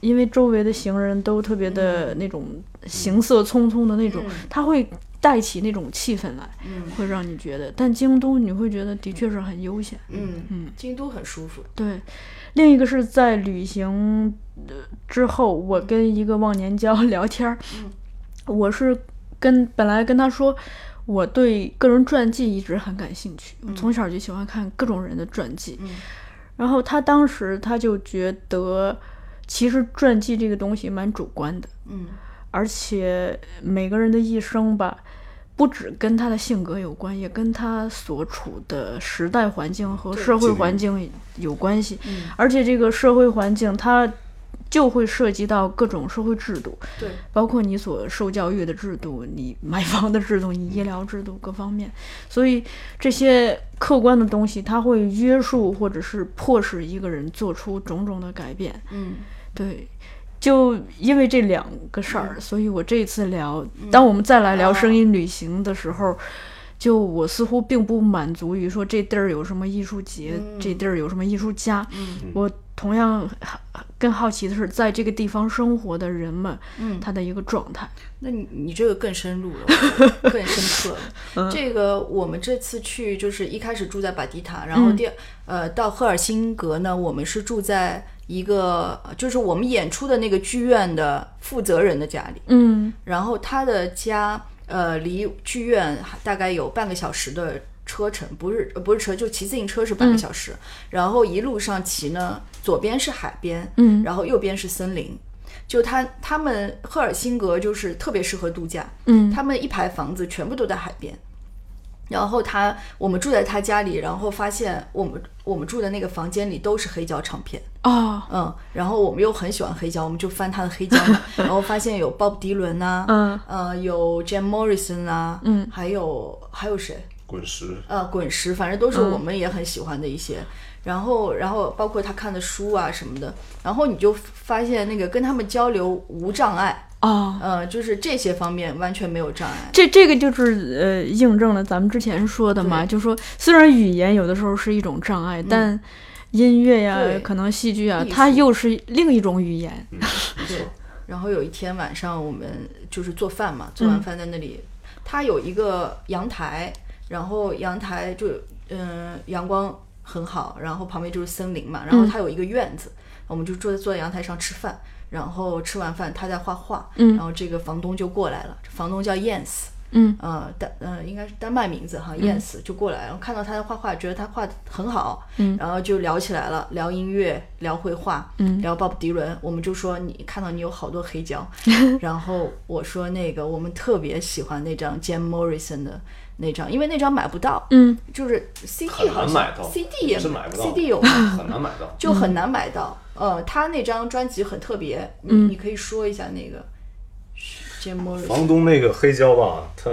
因为周围的行人都特别的那种行色匆匆的那种，
嗯
它会带起那种气氛来，
嗯
会让你觉得。但京都你会觉得的确是很悠闲，
嗯
嗯
嗯，京都很舒服，
对，另一个是在旅行呃之后，我跟一个忘年交 聊天儿，我是跟本来跟他说，我对个人传记一直很感兴趣，我从小就喜欢看各种人的传记。
嗯
然后他当时他就觉得，其实传记这个东西蛮主观的，
嗯
而且每个人的一生吧，不只跟他的性格有关，也跟他所处的时代环境和社会环境有关系。
嗯，
而且这个社会环境，它就会涉及到各种社会制度，
对，
包括你所受教育的制度、你买房的制度、你医疗制度各方面。所以这些客观的东西，它会约束或者是迫使一个人做出种种的改变。
嗯
对，就因为这嗯哦两个事儿，所以我这一次聊，当我们再来聊声音旅行的时候，就我似乎并不满足于说这地儿有什么艺术节，这地儿有什么艺术家。我同样更好奇的是，在这个地方生活的人们，他的一个状态。
那你你这个更深入了，我觉得更深刻了。这个我们这次去就是一开始住在巴迪塔，然后第二、呃到赫尔辛格呢，我们是住在一个呃就是我们演出的那个剧院的负责人的家里，
嗯
然后他的家呃离剧院大概有半个小时的车程，不是呃不是车，就骑自行车是
嗯
半个小时。然后一路上骑呢，左边是海边，
嗯
然后右边是森林。就他他们赫尔辛格就是特别适合度假，
嗯
他们一排房子全部都在海边。然后他我们住在他家里，然后发现我们我们住的那个房间里都是黑胶唱片。
哦，
嗯，然后我们又很喜欢黑胶，我们就翻他的黑胶嘛， 然后发现有 Bob Dylan 呐、
嗯
呃，有 Jim Morrison 啊，
嗯
还有还有谁？
滚石，
呃，滚石，反正都
嗯
是我们也很喜欢的一些。然后，然后包括他看的书啊什么的，然后你就发现那个跟他们交流无障碍，
哦，
呃，就是这些方面完全没有障碍。
这这个就是呃，印证了咱们之前说的嘛，
对嗯
就是说虽然语言有的时候是一种障碍，但音乐呀
对，
可能戏剧啊
艺，术嗯
它又是另一种语言。
对，然后有一天晚上我们就是做饭嘛，做完饭在那里，它有一个阳台，然后阳台就嗯、阳光很好，然后旁边就是森林嘛，然后它有一个院子，我们就坐坐在阳台上吃饭。然后吃完饭，他在画画，
嗯
然后这个房东就过来了，房东叫 Jens，
嗯
呃，丹呃，应该是丹麦名字哈、y e s 就过来，然后看到他的画画，觉得他画的很好，
嗯
然后就聊起来了，聊音乐，聊绘画，
嗯
聊鲍勃迪伦，我们就说你看到你有好多黑 胶，然后我说那个我们特别喜欢那张 Jim Morrison 的那张，因为那张买不到，
嗯
就是是 CD
很难
好像
买到
CD 也
是买不到
CD 有吗？
很难买到。
就
嗯
很难买到。呃，他那张专辑很特别，你、
嗯
你可以说一下那个 Jim Morrison。
房东那个黑胶吧，他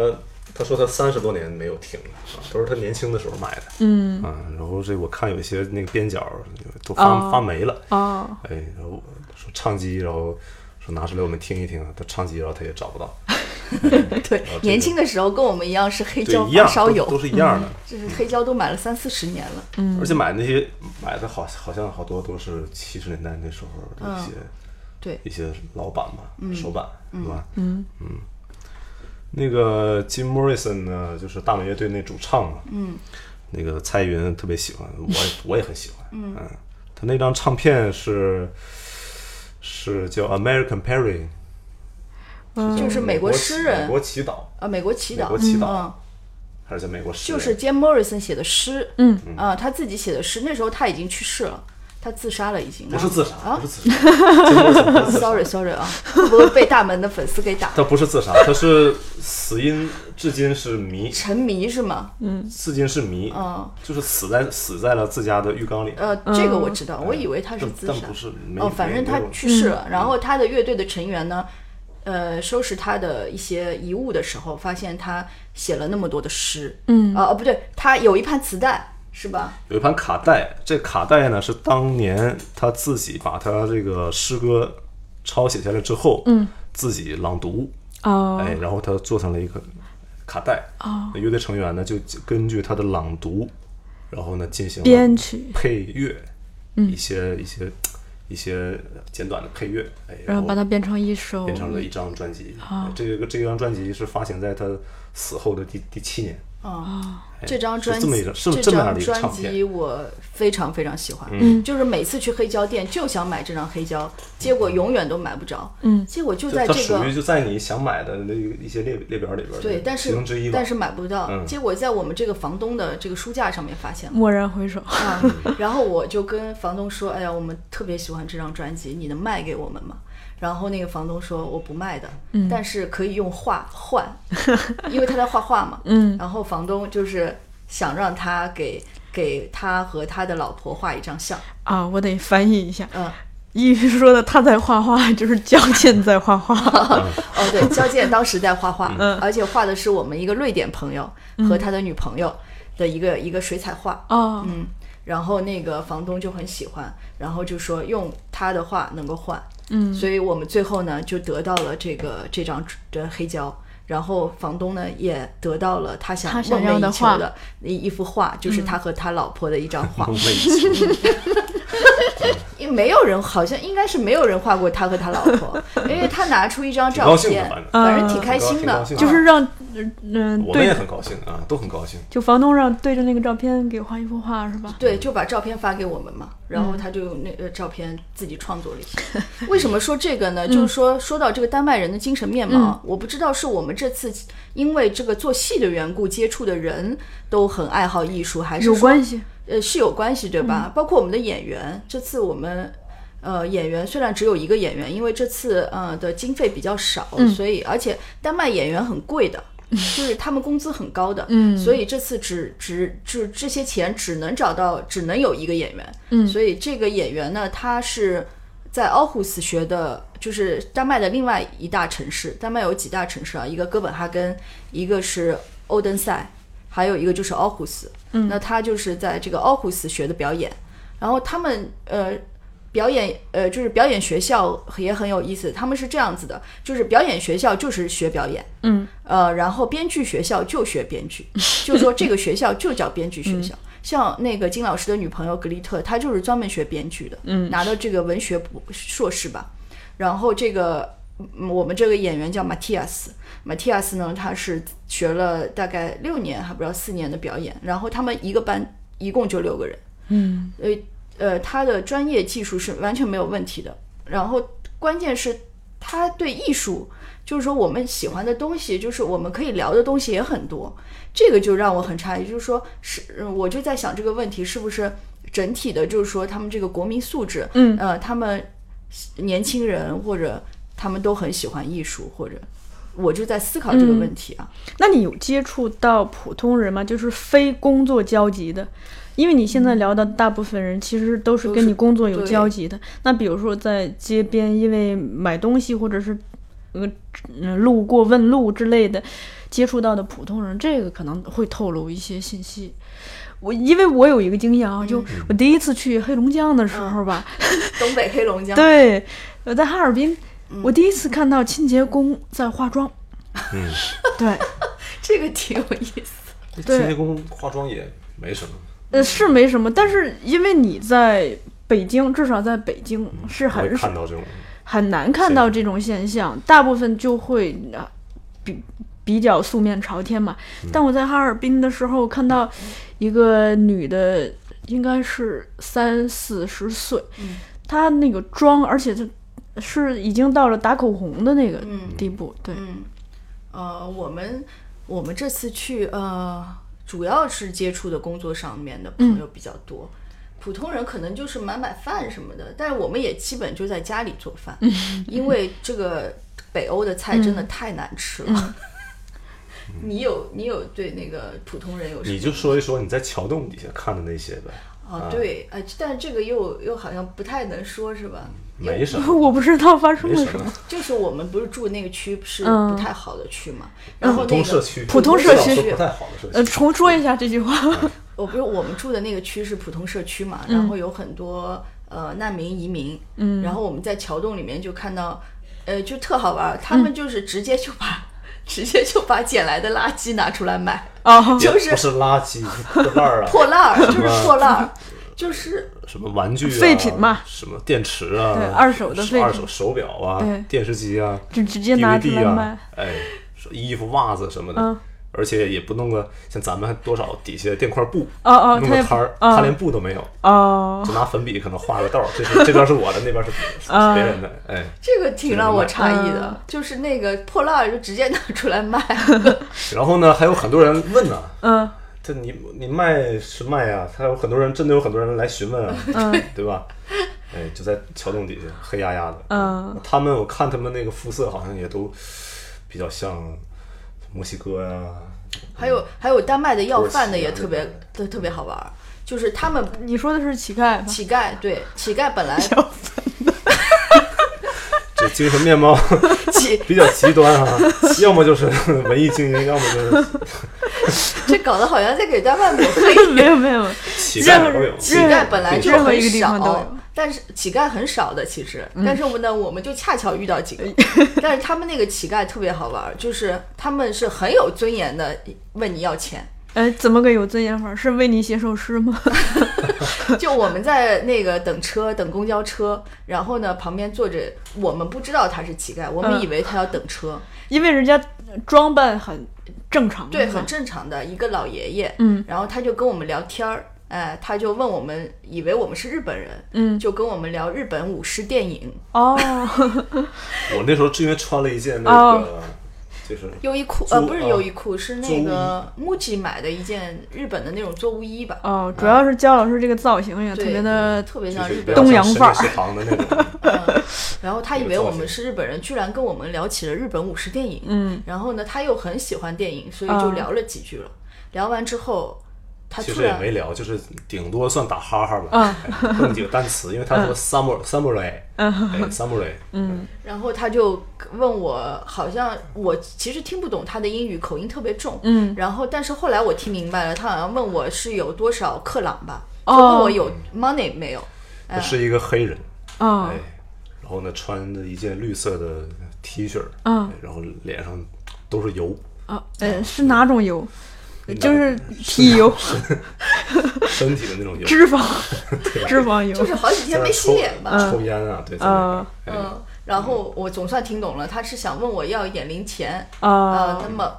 他说他三十多年没有停了，啊都是他年轻的时候买的。
嗯
嗯，然后这我看有一些那个边角都发、
哦
发霉了，
哦，
哎，然后说唱机，然后说拿出来我们听一听，他唱机，然后他也找不到，
对，年轻的时候跟我们一样是黑
啊对
胶，
一样
发烧
都
友，
都是一样的，
就是黑胶都买了三四十年了。
而且买那些买的好好像好多都是七十年代那时候的一些、
嗯对嗯
一些老板吧，手板是吧？嗯那个 Jim Morrison 呢，就是大美乐队那主唱嘛，嗯，那个蔡依云特别喜欢，我 也我也很喜欢，嗯他那张唱片是是叫 American Perry，
嗯
就是美国诗人
美国祈祷
呃，美国祈
美
祷，
国祈祷
嗯，
还是叫美国诗
就
人，
是 Jim Morrison 写的诗，
嗯，
啊、他自己写的诗，那时候他已经去世了，他自杀了已经。
不是自杀，
啊
不是自杀 Jim Morrison 不是自杀
Sorry Sorry 啊，会不会被大门的粉丝给打？
他不是自杀，他是死因至今是谜，
沉迷是吗？
至今是谜，
嗯
就是死在死在了自家的浴缸里。
呃，这
嗯
个我知道，我以为他是
但
自杀。
但不是，没
哦，反正他
没有
去世了。
嗯
然后他的乐队的成员呢，呃，收拾他的一些遗物的时候，发现他写了那么多的诗。
嗯
啊、哦不对，他有一盘磁带，是吧？
有一盘卡带，这卡带呢是当年他自己把他这个诗歌抄写下来之后，嗯，自己朗读，
哦
哎，然后他做成了一个卡带。哦，乐队成员呢就根据他的朗读，然后呢进行了
编曲，
配乐，
嗯
一些一些一些简短的配乐，哎，
然后把它变成一首
变
哦
成了一张专辑。
啊
这个这张专辑是发行在他死后的第第七年。哎
这张专
是这么一
辑
张，是这么样
张
的一个
专
唱片嗯
辑我非常非常喜欢，
嗯
就是每次去黑胶店就想买这张黑胶，结果永远都买不着，
嗯
结果就
就
在
它
这
属
个
于就在你想买的那个一些列列表里边儿的
对，但
其
是
中之一吧。
但是买不到，
嗯
结果在我们这个房东的这个书架上面发现了。
蓦然回首。
啊， 然后我就跟房东说：“哎呀，我们特别喜欢这张专辑，你能卖给我们吗？”然后那个房东说：“我不卖的，但是可以用画换， 因为他在画画嘛。”
嗯
然后房东就是想让他给给他和他的老婆画一张像，
啊，我得翻译一下。
嗯。
一说的他在画画，就是矫健在 画画。
哦，对，嗯交界当时在画画，而且画的是我们一个瑞典朋友和他的女朋友的一个、一个水彩画。
哦，
嗯，然后那个房东就很喜欢，然后就说用他的话能够换，
嗯
所以我们最后呢就得到了这个这张这黑胶，然后房东呢也得到了他想
他想
梦寐
要的
以求
画
的一一幅画，就是他和他老婆的一张画。
嗯
梦寐以求。
因为没有人，好像应该是没有人画过他和他老 婆，因为他拿出一张照
挺高兴
片
的，反正
反正挺开心
挺高
的，
兴的
嗯就是让嗯、嗯
我们也
对，
很高兴啊，都很高兴。
就房东让对着那个照片给画一幅画是吧？
对，就把照片发给我们嘛，然
嗯
后他就用那个照片自己创作了一些。 为什么说这个
嗯
呢？就是说说到这个丹麦人的精神面貌，我不知道是我们这次因为这个做戏的缘故接触的人都很爱好艺术，还是
有
说
关系，嗯
呃是有关系对吧？包括我们的演员，这次我们呃演员虽然只有一个演员，因为这次呃的经费比较少，
嗯
所以而且丹麦演员很贵的。就是他们工资很高的，嗯，所以这次只只只这些钱只能找到，只能有一个演员，嗯，所以这个演员呢，他是在奥胡斯学的，就是丹麦的另外一大城市。丹麦有几大城市啊？一个哥本哈根，一个是欧登塞，还有一个就是奥胡斯。嗯，那他就是在这个奥胡斯学的表演，然后他们呃。表演呃，就是表演学校也很有意思。他们是这样子的，就是表演学校就是学表演，
嗯，
呃，然后编剧学校就学编剧， 就说这个学校就叫编剧学校。像那个金老师的女朋友格丽特，她就是专门学编剧的，嗯，拿到这个文学博硕士吧。然后这个嗯我们这个演员叫马蒂亚斯，马蒂亚斯呢，他是学了大概六年，还不知道四年的表演。然后他们一个班一共就六个人，嗯，呃呃，他的专业技术是完全没有问题的。然后关键是他对艺术，就是说我们喜欢的东西，就是我们可以聊的东西也很多。这个就让我很诧异，就是说是，呃我就在想这个问题是不是整体的，就是说他们这个国民素质，
嗯
呃，他们年轻人或者他们都很喜欢艺术，或者我就在思考这个
嗯
问题啊。
那你有接触到普通人吗？就是非工作交集的，因为你现在聊的大部分人其实都是
都
跟
是
你工作有
对
交集的。那比如说在街边，因为买东西或者是呃嗯路过问路之类的，接触到的普通人，这个可能会透露一些信息。我因为我有一个经验啊，就我第一次去黑龙江的时候吧，
东北黑龙江，
对，我在哈尔滨，我第一次看到清洁工在化妆。
嗯，
对，
这个挺有意思。
对
清洁工化妆也没什么，
呃，是没什么，但是因为你在北京，至少在北京是
嗯会
很
看到这种。
很难看到这种现象，大部分就会啊比比较素面朝天嘛。
嗯
但我在哈尔滨的时候看到一个女的，应该是三四十岁，她那个妆，而且她是已经到了打口红的那个地步，对，
呃，我们我们这次去呃，主要是接触的工作上面的朋友比较多，普通人可能就是买买饭什么的，但是我们也基本就在家里做饭，因为这个北欧的菜真的太难吃了。 你有你有对那个普通人有什么？
你就说一啊说你在桥洞底下看的那些呗，
哦，对，呃，但是这个又又好像不太能说是吧？
没什么，
我不知道发生
没
了
什
什么。
么。
就是我们不是住那个区是
嗯
不太好的区嘛，然后
普
那个
通社区，
普通
社
不知道
区
说不太好的社区。
呃，重说一下这句话。
我不是我们住的那个区是普通社区嘛，然后有很多呃难民移民，嗯，然后我们在桥洞里面就看到，呃，就特好玩儿，他们就是直接就把、直接就把捡来的垃圾拿出来卖，
哦，
也
就是
不是垃圾破烂 儿啊，
破烂儿就是破烂儿，就是
什么玩具啊，
废品嘛
什么电池啊，
对二手的废品
二手手表啊
对，
电视机啊，
就直接拿出来
DVD
卖
啊，哎，说衣服、袜子什么的，
嗯
而且也不弄个像咱们还多少底下垫块布，
哦哦
弄
他
个
也
摊儿，
嗯
他连布都没有，
哦，
就拿粉笔可能画个道儿，这是这边是我的，那边是是
哦
别人的，哎，
这个挺让我诧异的，就是那个破烂儿就直接拿出来 卖，
然后呢，还有很多人问呢、
嗯
这你你卖是卖啊，他有很多人真的有很多人来询问啊，
嗯
对吧？哎，就在桥洞底下，黑压压的。
嗯，
他们我看他们那个肤色好像也都比较像墨西哥呀、
还有还有丹麦的要饭的也
土
特
耳其啊
别特特别好玩儿，就是他们
你说的是乞丐吧？
乞丐对乞丐本来
这精神面貌
乞
比较极端 啊，要么就是文艺精英，要么就是
这搞得好像在给丹麦抹黑。
没有没有，
乞乞丐哎哪儿都有。
乞丐本来就
任何
很
一个地方都
少
有，嗯
但是乞丐很少的其实，但是呢，我们就恰巧遇到几个， 但是他们那个乞丐特别好玩儿，就是他们是很有尊严的问你要 钱。
哎，怎么个有尊严法？是为你写首诗吗？
就我们在那个等车，等公交车，然后呢，旁边坐着我们不知道他是乞丐，我们
嗯
以为他要等车，
因为人家装扮很正常，
对，
是吧
很正常的一个老爷爷，
嗯
然后他就跟我们聊天儿，哎，他就问我们，以为我们是日本人，
嗯
就跟我们聊日本武士电影，
哦，
我那时候是因为穿了一件那
哦
个，就是
优衣库呃
租
不是
啊
优衣库，是
租
那
衣
个 MUJI 买的一件日本的那种作无衣
啊
吧，
哦，主要是焦老师这个造型也特
对
别的，
特别
就
像
是
日
比
本
较
人。
东洋
像
范儿
深夜食堂的那种。
然后他以为我们是日本人，居然跟我们聊起了日本武士电影。
嗯，
然后呢，他又很喜欢电影，所以就
嗯
聊了几句了。聊完之后，他
啊其
突
实也
然
没聊，就是顶多算打哈哈吧，
嗯
哎问几个单词，因为
嗯
他说 summer samurai，哎 samurai，嗯，
然后他就问我，好像我其实听不懂他的英语，口音特别重。
嗯
然后，但是后来我听明白了，他好像问我是有多少克朗吧，就
哦
问我有 money 没有。
他是一个黑人，
哦
哎，然后呢穿着一件绿色的 T 恤，
嗯
哎然后脸上都是油，
哦，呃，是哪种油？就是体油、
身体的那种油，
脂肪、脂肪油
就。是好几天
在那
没洗
抽
脸吧，
抽烟啊，对，在那
啊
哎
嗯，然后我总算听懂了，他是想问我要一点零钱啊、
啊
那么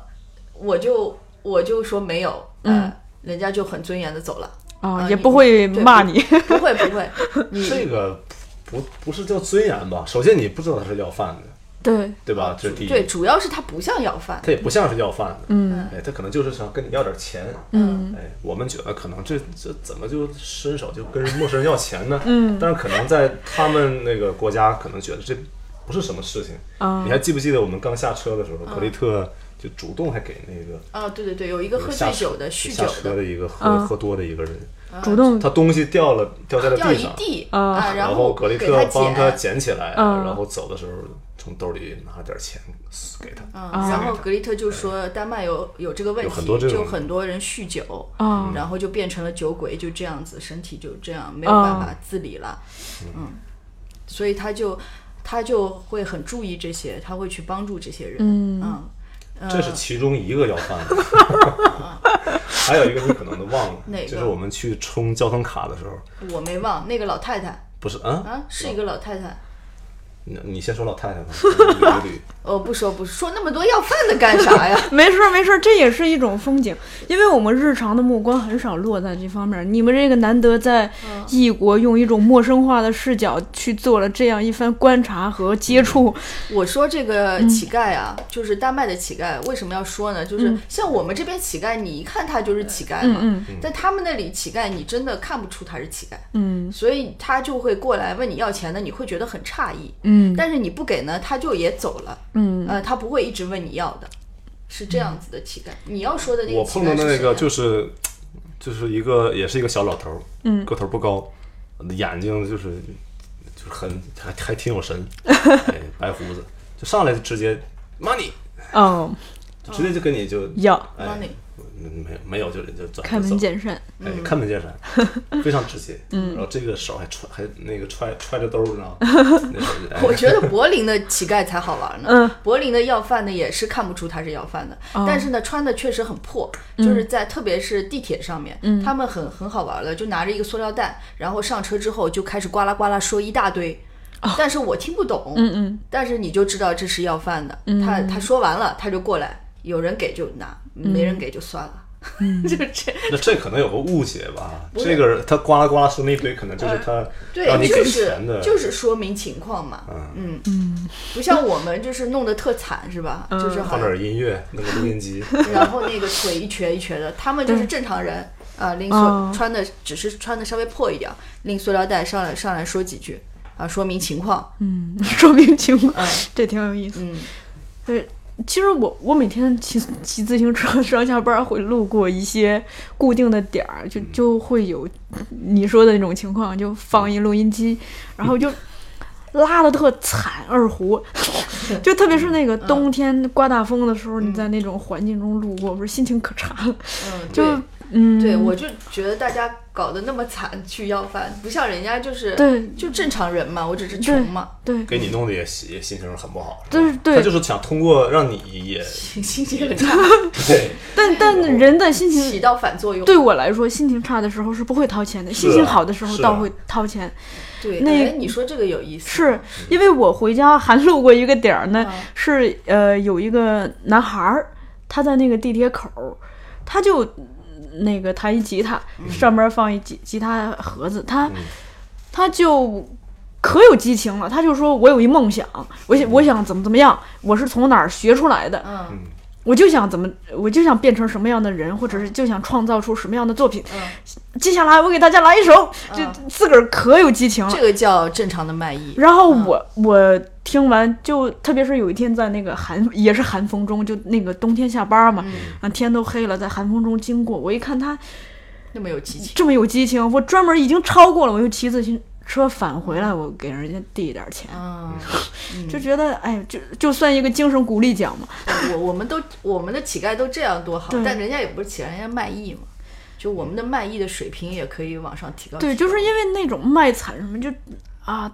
我就我就说没有，嗯、人家就很尊严的走了，
啊，
啊
也
你
不会
对
骂你。
不会不 会，嗯
这个不不是叫尊严吧？首先你不知道他是要饭的，
对，
对吧？这是第一，
对，主要是他不像要饭，
他也不像是要饭的，嗯，哎，他可能就是想跟你要点钱，嗯，哎，我们觉得可能这这怎么就伸手就跟陌生人要钱呢？嗯，但是可能在他们那个国家，可能觉得这不是什么事情。
啊
你还记不记得我们刚下车的时候，格丽特就主动还给那个
啊，对对对，有一个喝
下
醉
车
酒的酗酒
下车
的
的一个喝
嗯
喝多的一个人，
啊
主动
他东西掉了，掉在了
掉
地
一
上，
地
啊
啊，
然
后
格丽
给
特帮他
捡，
捡起来，
嗯
然后走的时候从兜里拿点钱给他。
啊
嗯，然后格丽特就说丹麦有有这个问
有
题，
很多这种
就很多人酗酒，
啊
然后就变成了酒鬼，就这样子，身体就这样没有办法自理了，嗯，所以他就他就会很注意这些，他会去帮助这些人，嗯
这是其中一个要犯 的， 还有一个你可能都忘了
哪，个
就是我们去充交通卡的时候，
我没忘那个老太太
不是啊？
啊，是一个老太太，
你你先说老太太吧， 捋一捋
哦，不说不说，说那么多要饭的干啥 呀？
没事儿没事儿，这也是一种风景，因为我们日常的目光很少落在这方面儿。你们这个难得在异国用一种陌生化的视角去做了这样一番观察和接触，
我说这个乞丐啊，就是丹麦的乞丐，为什么要说呢？就是像我们这边乞丐，你一看他就是乞丐嘛，
嗯
但他们那里乞丐，你真的看不出他是乞丐，
嗯
所以他就会过来问你要钱的，你会觉得很诧异，
嗯
但是你不给呢，他就也走了，
嗯
呃，他不会一直问你要的，是这样子的乞丐。你要说的那个
我
乞丐
碰到的那个
是谁啊
就
呀
是就是一个也是一个小老头儿，
嗯
个头不高，眼睛就是就是很还还挺有 神，哎，白胡子，就上来就直接 money，
哦，
就直接就跟你就
要
哎
money
没有没有就就转
嗯开
就走
门见山，
哎，
嗯
看门见山，非常直接。嗯，然后这个手还揣还那个揣揣着兜儿呢， 那手就哎
我觉得柏林的乞丐才好玩呢。
嗯哦
柏林的要饭的也是看不出他是要饭的，但是呢，穿的确实很破，就是
嗯
在特别是地铁上面，他们很很好玩的，就拿着一个塑料袋，然后上车之后就开始呱啦呱啦说一大堆。但是我听不懂，
哦嗯嗯
但是你就知道这是要饭的。他他说完了，他就过来，有人给就拿，
嗯
没人给就算了，就这。
那这可能有个误解吧？
是呃
这个他呱啦呱啦说那一堆，可能就是他
对
让，你
就
给
是
钱的，
就是说明情况嘛，嗯嗯，不像我们就是弄得特惨是吧？
嗯
就是好
放
像
点音乐，弄个录音机，
然后那个腿一瘸一瘸的，他们就是正常人啊，拎塑
哦
穿的只是穿的稍微破一点，拎塑料袋上来上来说几句啊，说明情况，
嗯，说明情况
嗯，
这挺有意思。
嗯，
对，其实我我每天骑骑自行车上下班儿会路过一些固定的点儿，
嗯
就就会有你说的那种情况，就放一录音机，然后就拉的特惨，二胡， 就特别是那个冬天刮大风的时
嗯
候，你在那种环境中路过，不是心情可差了，
嗯，
就
对
嗯，
对，我就觉得大家
搞得那么惨去要饭，不像人家就是
对
就正常人嘛，我只是穷嘛，
对，
给你弄得也心也心情很不好，
就是
他
对
就是想通过让你也
心情很差，
对
但但人的心
起
情，
到反作用。
对我来说，心情差的时候是不会掏钱的，心
是
情
啊
好的时候
是
倒
啊
会掏钱。
对，
那
哎，你说这个有意思，
是因为我回家还路过一个点儿呢
啊，
是呃有一个男孩儿，他在那个地铁口儿，他就嗯那个弹一吉他，上面放一吉吉他盒子，他、他就。可有激情了，他就说：“我有一梦想，我想我想怎么怎么样，我是从哪儿学出来的，
嗯，
我就想怎么，我就想变成什么样的人，或者是就想创造出什么样的作品。接下来我给大家来一首，就自个儿可有激情了
这。个叫正常的卖艺。
然后我、我听完就，特别是有一天在那个寒也是寒风中，就那个冬天下班嘛，啊天都黑了，在寒风中经过，我一看他
那么有激情，
这么有激情，我专门已经超过了，我又骑自行车返回来，我给人家递一点钱，
嗯，
就觉得哎，就就算一个精神鼓励奖嘛。
我我们都我们的乞丐都这样多好
对，
但人家也不是乞丐，人家卖艺嘛，就我们的卖艺的水平也可以往上提高。
对，
提高
就是因为那种卖惨什么就啊，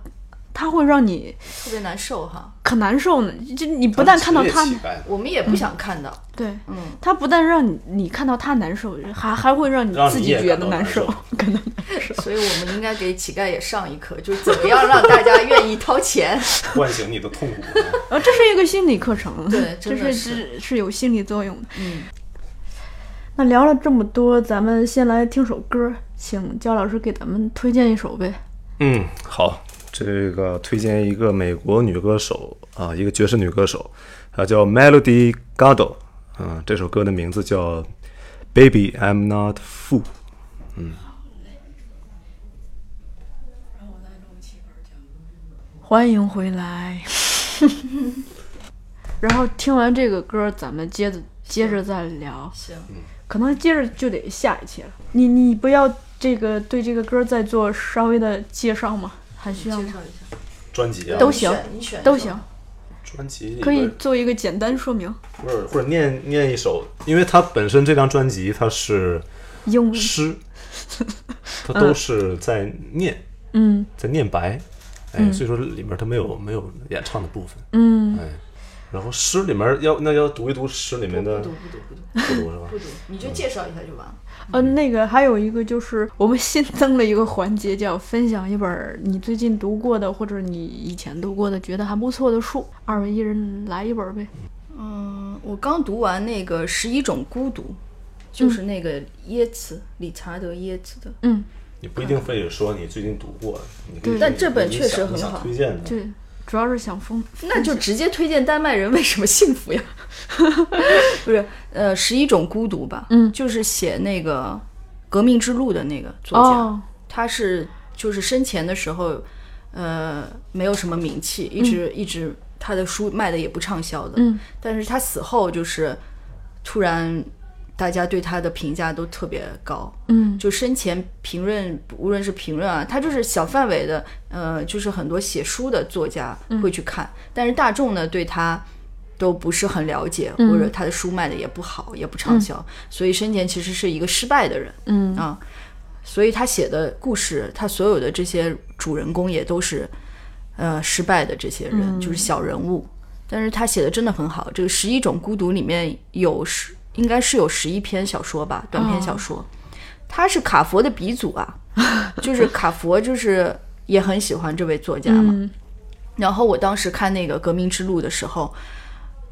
他会让你
特别难受哈，
可难受呢，就你不但看到他
职业乞丐
我们也不想看到。
对，
嗯，
他不但让你你看到他难受，还还会让你
让
自
你
己
也
觉
感
得
到
难
难
受
受，
可能
所以我们应该给乞丐也上一课，就是怎么样让大家愿意掏钱。
唤醒你的痛苦。
呃，这是一个心理课程，
对
这
真
是
的
是是有心理作用的。
嗯，
那聊了这么多，咱们先来听首歌，请焦老师给咱们推荐一首呗。
嗯，好，这个推荐一个美国女歌手啊，一个爵士女歌手，她叫 Melody Gado，啊，这首歌的名字叫《Baby I'm Not Fool》。
欢迎回来。 然后听完这个歌，咱们接着接着再聊。
行，
可能接着就得下一期了。你你不要这个对这个歌再做稍微的介绍吗？还需要
介
吗？
绍一下，
专辑啊，
都行
你选，你选一
都
首
行，
专辑里
可以
边
做一个简单说明。
或者或者念念一首，因为它本身这张专辑它是
英文，
诗，它都是在念，
嗯
在念白，哎，所以说里面它没有没有演唱的部分，
嗯，
哎，然后诗里面要那要读一读诗里面的
不读不读不读
不读是吧？
不读，你就介绍一下就完了。
呃，那个还有一个就是我们新增了一个环节，叫分享一本儿你最近读过的或者你以前读过的觉得还不错的书，二位一人来一本儿呗。
嗯，我刚读完那个《十一种孤独》，就是那个耶茨，理查德耶茨的。
你不一定非得说你最近读过的，你可以
但这本
你
确实
想
很
你想
好
推荐的。
对，主要是想分
那就直接推荐丹麦人为什么幸福呀？ 不是，呃，十一种孤独吧，
嗯
就是写那个《革命之路》的那个作家，
哦，
他是就是生前的时候，呃，没有什么名气，一直、一直他的书卖的也不畅销的，
嗯
但是他死后就是突然大家对他的评价都特别高，
嗯
就生前评论，无论是评论啊，他就是小范围的，呃，就是很多写书的作家
嗯
会去看，但是大众呢对他都不是很了解，
嗯
或者他的书卖的也不好，也不畅销，所以生前其实是一个失败的人
嗯
啊。所以他写的故事，他所有的这些主人公也都是，呃，失败的这些人，
嗯
就是小人物。但是他写的真的很好，这个《十一种孤独》里面有十，应该是有十一篇小说吧，短篇
哦
小说。他是卡佛的鼻祖啊， 就是卡佛就是也很喜欢这位作家嘛。
嗯
然后我当时看那个《革命之路》的时候，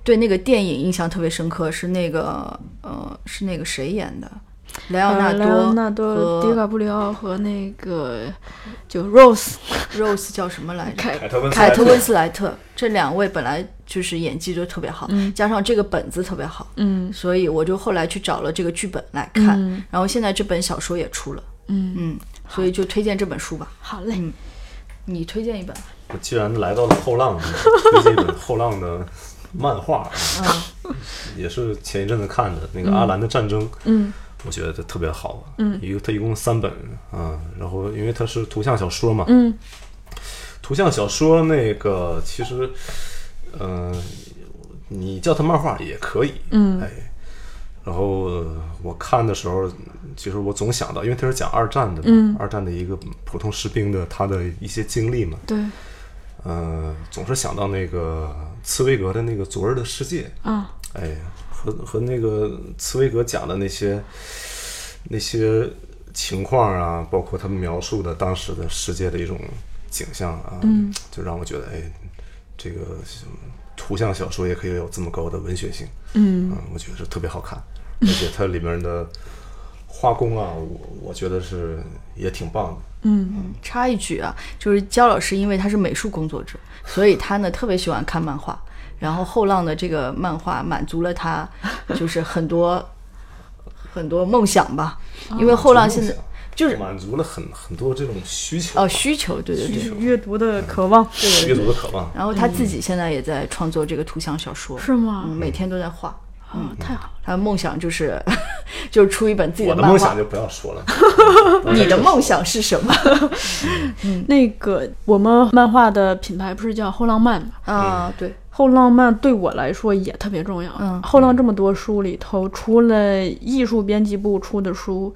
对那个电影印象特别深刻，是那个呃是那个谁演的？莱昂纳
呃莱昂纳
多
多·迪
和
卡布里奥和那个就 Rose
Rose 叫什么来着？
凯
凯特温斯
凯
莱
特
特
温斯莱特这两位本来就是演技就特别好，加上这个本子特别好，
嗯
所以我就后来去找了这个剧本来看，
嗯
然后现在这本小说也出了，
嗯，
嗯，所以就推荐这本书吧。嗯
好嘞，
你推荐一本，
我既然来到了后浪， 推荐一本后浪的漫画，也是前一阵子看的那个《阿兰的战争》，
嗯
我觉得特别好。嗯，一个它一共三本啊，然后因为它是图像小说嘛，
嗯
图像小说那个其实，呃嗯、你叫它漫画也可以，
嗯
哎，然后呃我看的时候，其实我总想到，因为它是讲二战的嘛，
嗯
二战的一个普通士兵的他的一些经历嘛，
对
呃，总是想到那个茨威格的那个《昨日的世界》，
啊，
哎，和和那个茨威格讲的那些那些情况啊，包括他们描述的当时的世界的一种景象啊，
嗯
就让我觉得，哎，这个图像小说也可以有这么高的文学性，
嗯
嗯，我觉得是特别好看，而且它里面的画工啊，我我觉得是也挺棒的。
嗯，
插一句啊，就是焦老师，因为他是美术工作者，所以他呢特别喜欢看漫画。然后后浪的这个漫画满足了他，就是很多很多梦想吧。
哦
因为后浪现在就是
满足了很很多这种需求
哦需求，对对对。
阅读的渴望
阅读的渴望。
然后他自己现在也在创作这个图像小说，
嗯是吗
嗯，？每天都在画。嗯
啊，太好了，
他的梦想就是 就是出一本自己
我的
漫
梦
画
想。就不要说了，
你的梦想是什么？
那个我们漫画的品牌不是叫后浪漫吗？
嗯
啊，对，
后浪漫对我来说也特别重要。
嗯
后浪这么多书里头，除了艺术编辑部出的书，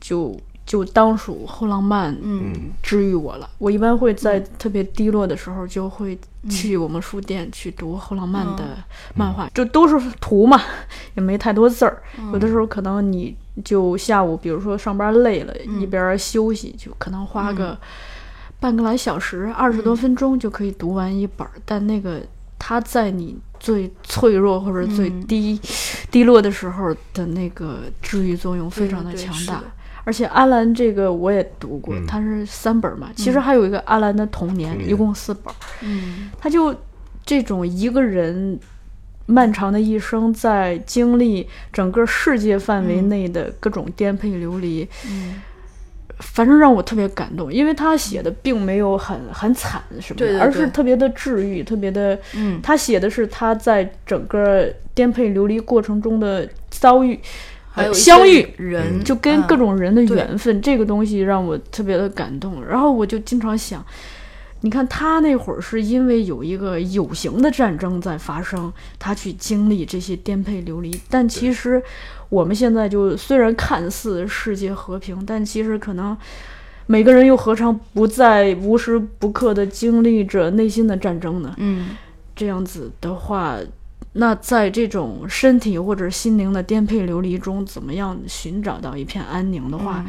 就就当属后浪漫
嗯
治愈我了。我一般会在特别低落的时候，就会
嗯
去我们书店去读后浪漫的漫画，就都是图嘛， 也没太多字儿。有
嗯
的时候可能你就下午，比如说上班累了，
嗯
一边儿休息，就可能花个半个来小时，二十多
嗯
分钟就可以读完一本儿。但那个它在你最脆弱或者最
嗯
低、低落的时候的那个治愈作用非常的
对对
强
是
大
的。
而且阿兰这个我也读过，
嗯
它是三本嘛，其实还有一个阿兰的童年，
童年
一共四本。
嗯
他就这种一个人漫长的一生，在经历整个世界范围内的各种颠沛流离，
嗯，
反正让我特别感动，因为他写的并没有很很惨什么的，
对对对
而是特别的治愈，特别的，
嗯
他写的是他在整个颠沛流离过程中的遭遇，
还有
呃
一些
相遇，
嗯
人
就跟各种人的
对
缘分，这个东西让我特别的感动。然后我就经常想，你看他那会儿是因为有一个有形的战争在发生，他去经历这些颠沛流离。但其实我们现在就虽然看似世界和平，但其实可能。每个人又何尝不在无时不刻地经历着内心的战争呢？
嗯
这样子的话，那在这种身体或者心灵的颠沛流离中，怎么样寻找到一片安宁的话，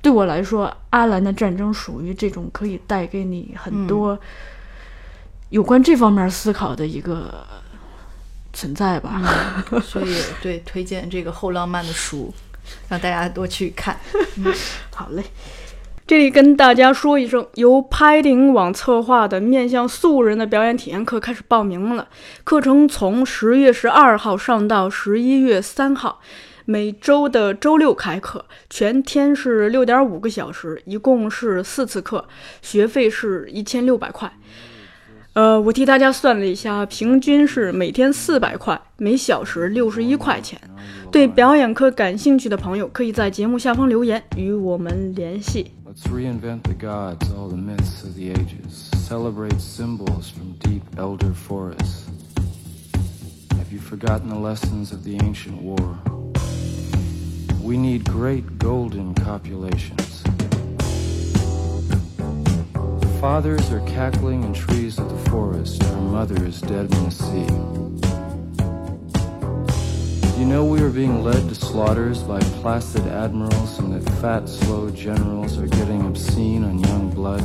对我来说，阿兰的战争属于这种可以带给你很多有关这方面思考的一个存在吧。
嗯，所以对推荐这个后浪漫的书，让大家多去看。
好嘞。这里跟大家说一声，由拍顶网策划的面向素人的表演体验课开始报名了。课程从十月十二号上到十一月三号，每周的周六开课，全天是六点五个小时，一共是四次课，学费是一千六百块。呃，我替大家算了一下，平均是每天四百块，每小时六十一块钱。对表演课感兴趣的朋友，可以在节目下方留言与我们联系。
Let's reinvent the gods, all the myths of the ages. Celebrate symbols from deep elder forests. Have you forgotten the lessons of the ancient war? We need great golden copulations. Fathers are cackling in trees of the forest. Our mother is dead in the sea. You know we are being led to slaughters by placid admirals and that fat, slow generals are getting obscene on young blood.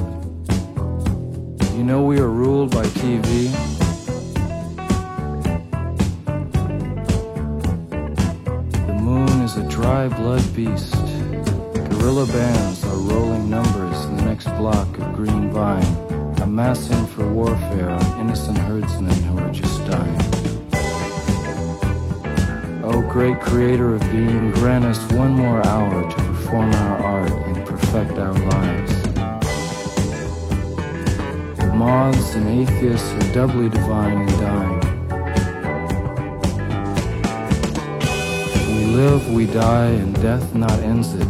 You know we are ruled by TV. The moon is a dry blood beast. Guerrilla bands are rolling numbers in the next block of green vine, amassing for warfare on innocent herdsmen who are just dying. O great creator of being, grant us one more hour to perform our art and perfect our lives. The moths and atheists are doubly divine and dying. We live, we die, and death not ends it.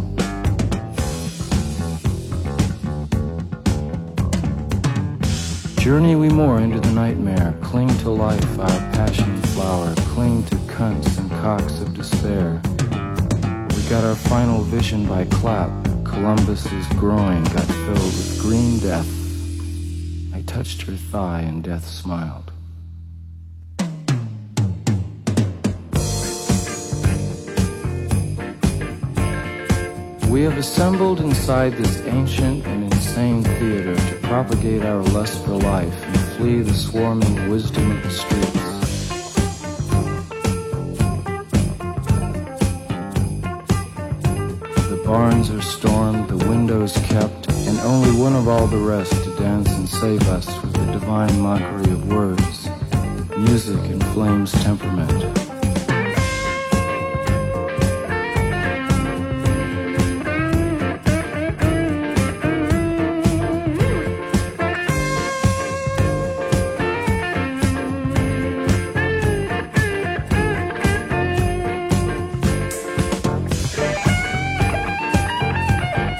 Journey we more into the nightmare, cling to life, our passion flower, cling to cunts and cocks of despair. We got our final vision by clap. Columbus's groin got filled with green death. I touched her thigh and death smiled. We have assembled inside this ancient and insane theater to propagate our lust for life and flee the swarming wisdom of the streets. The barns are stormed, the windows kept, and only one of all the rest to dance and save us with the divine mockery of words, music, and flame's temperament.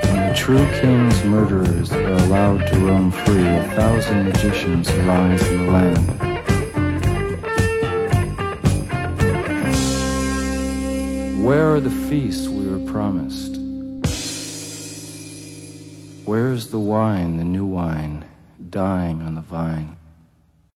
When the true king's murderers are allowed to roam free, a thousand magicians arise in the land. Where are the feasts we were promised? Where is the wine, the new wine, dying on the vine?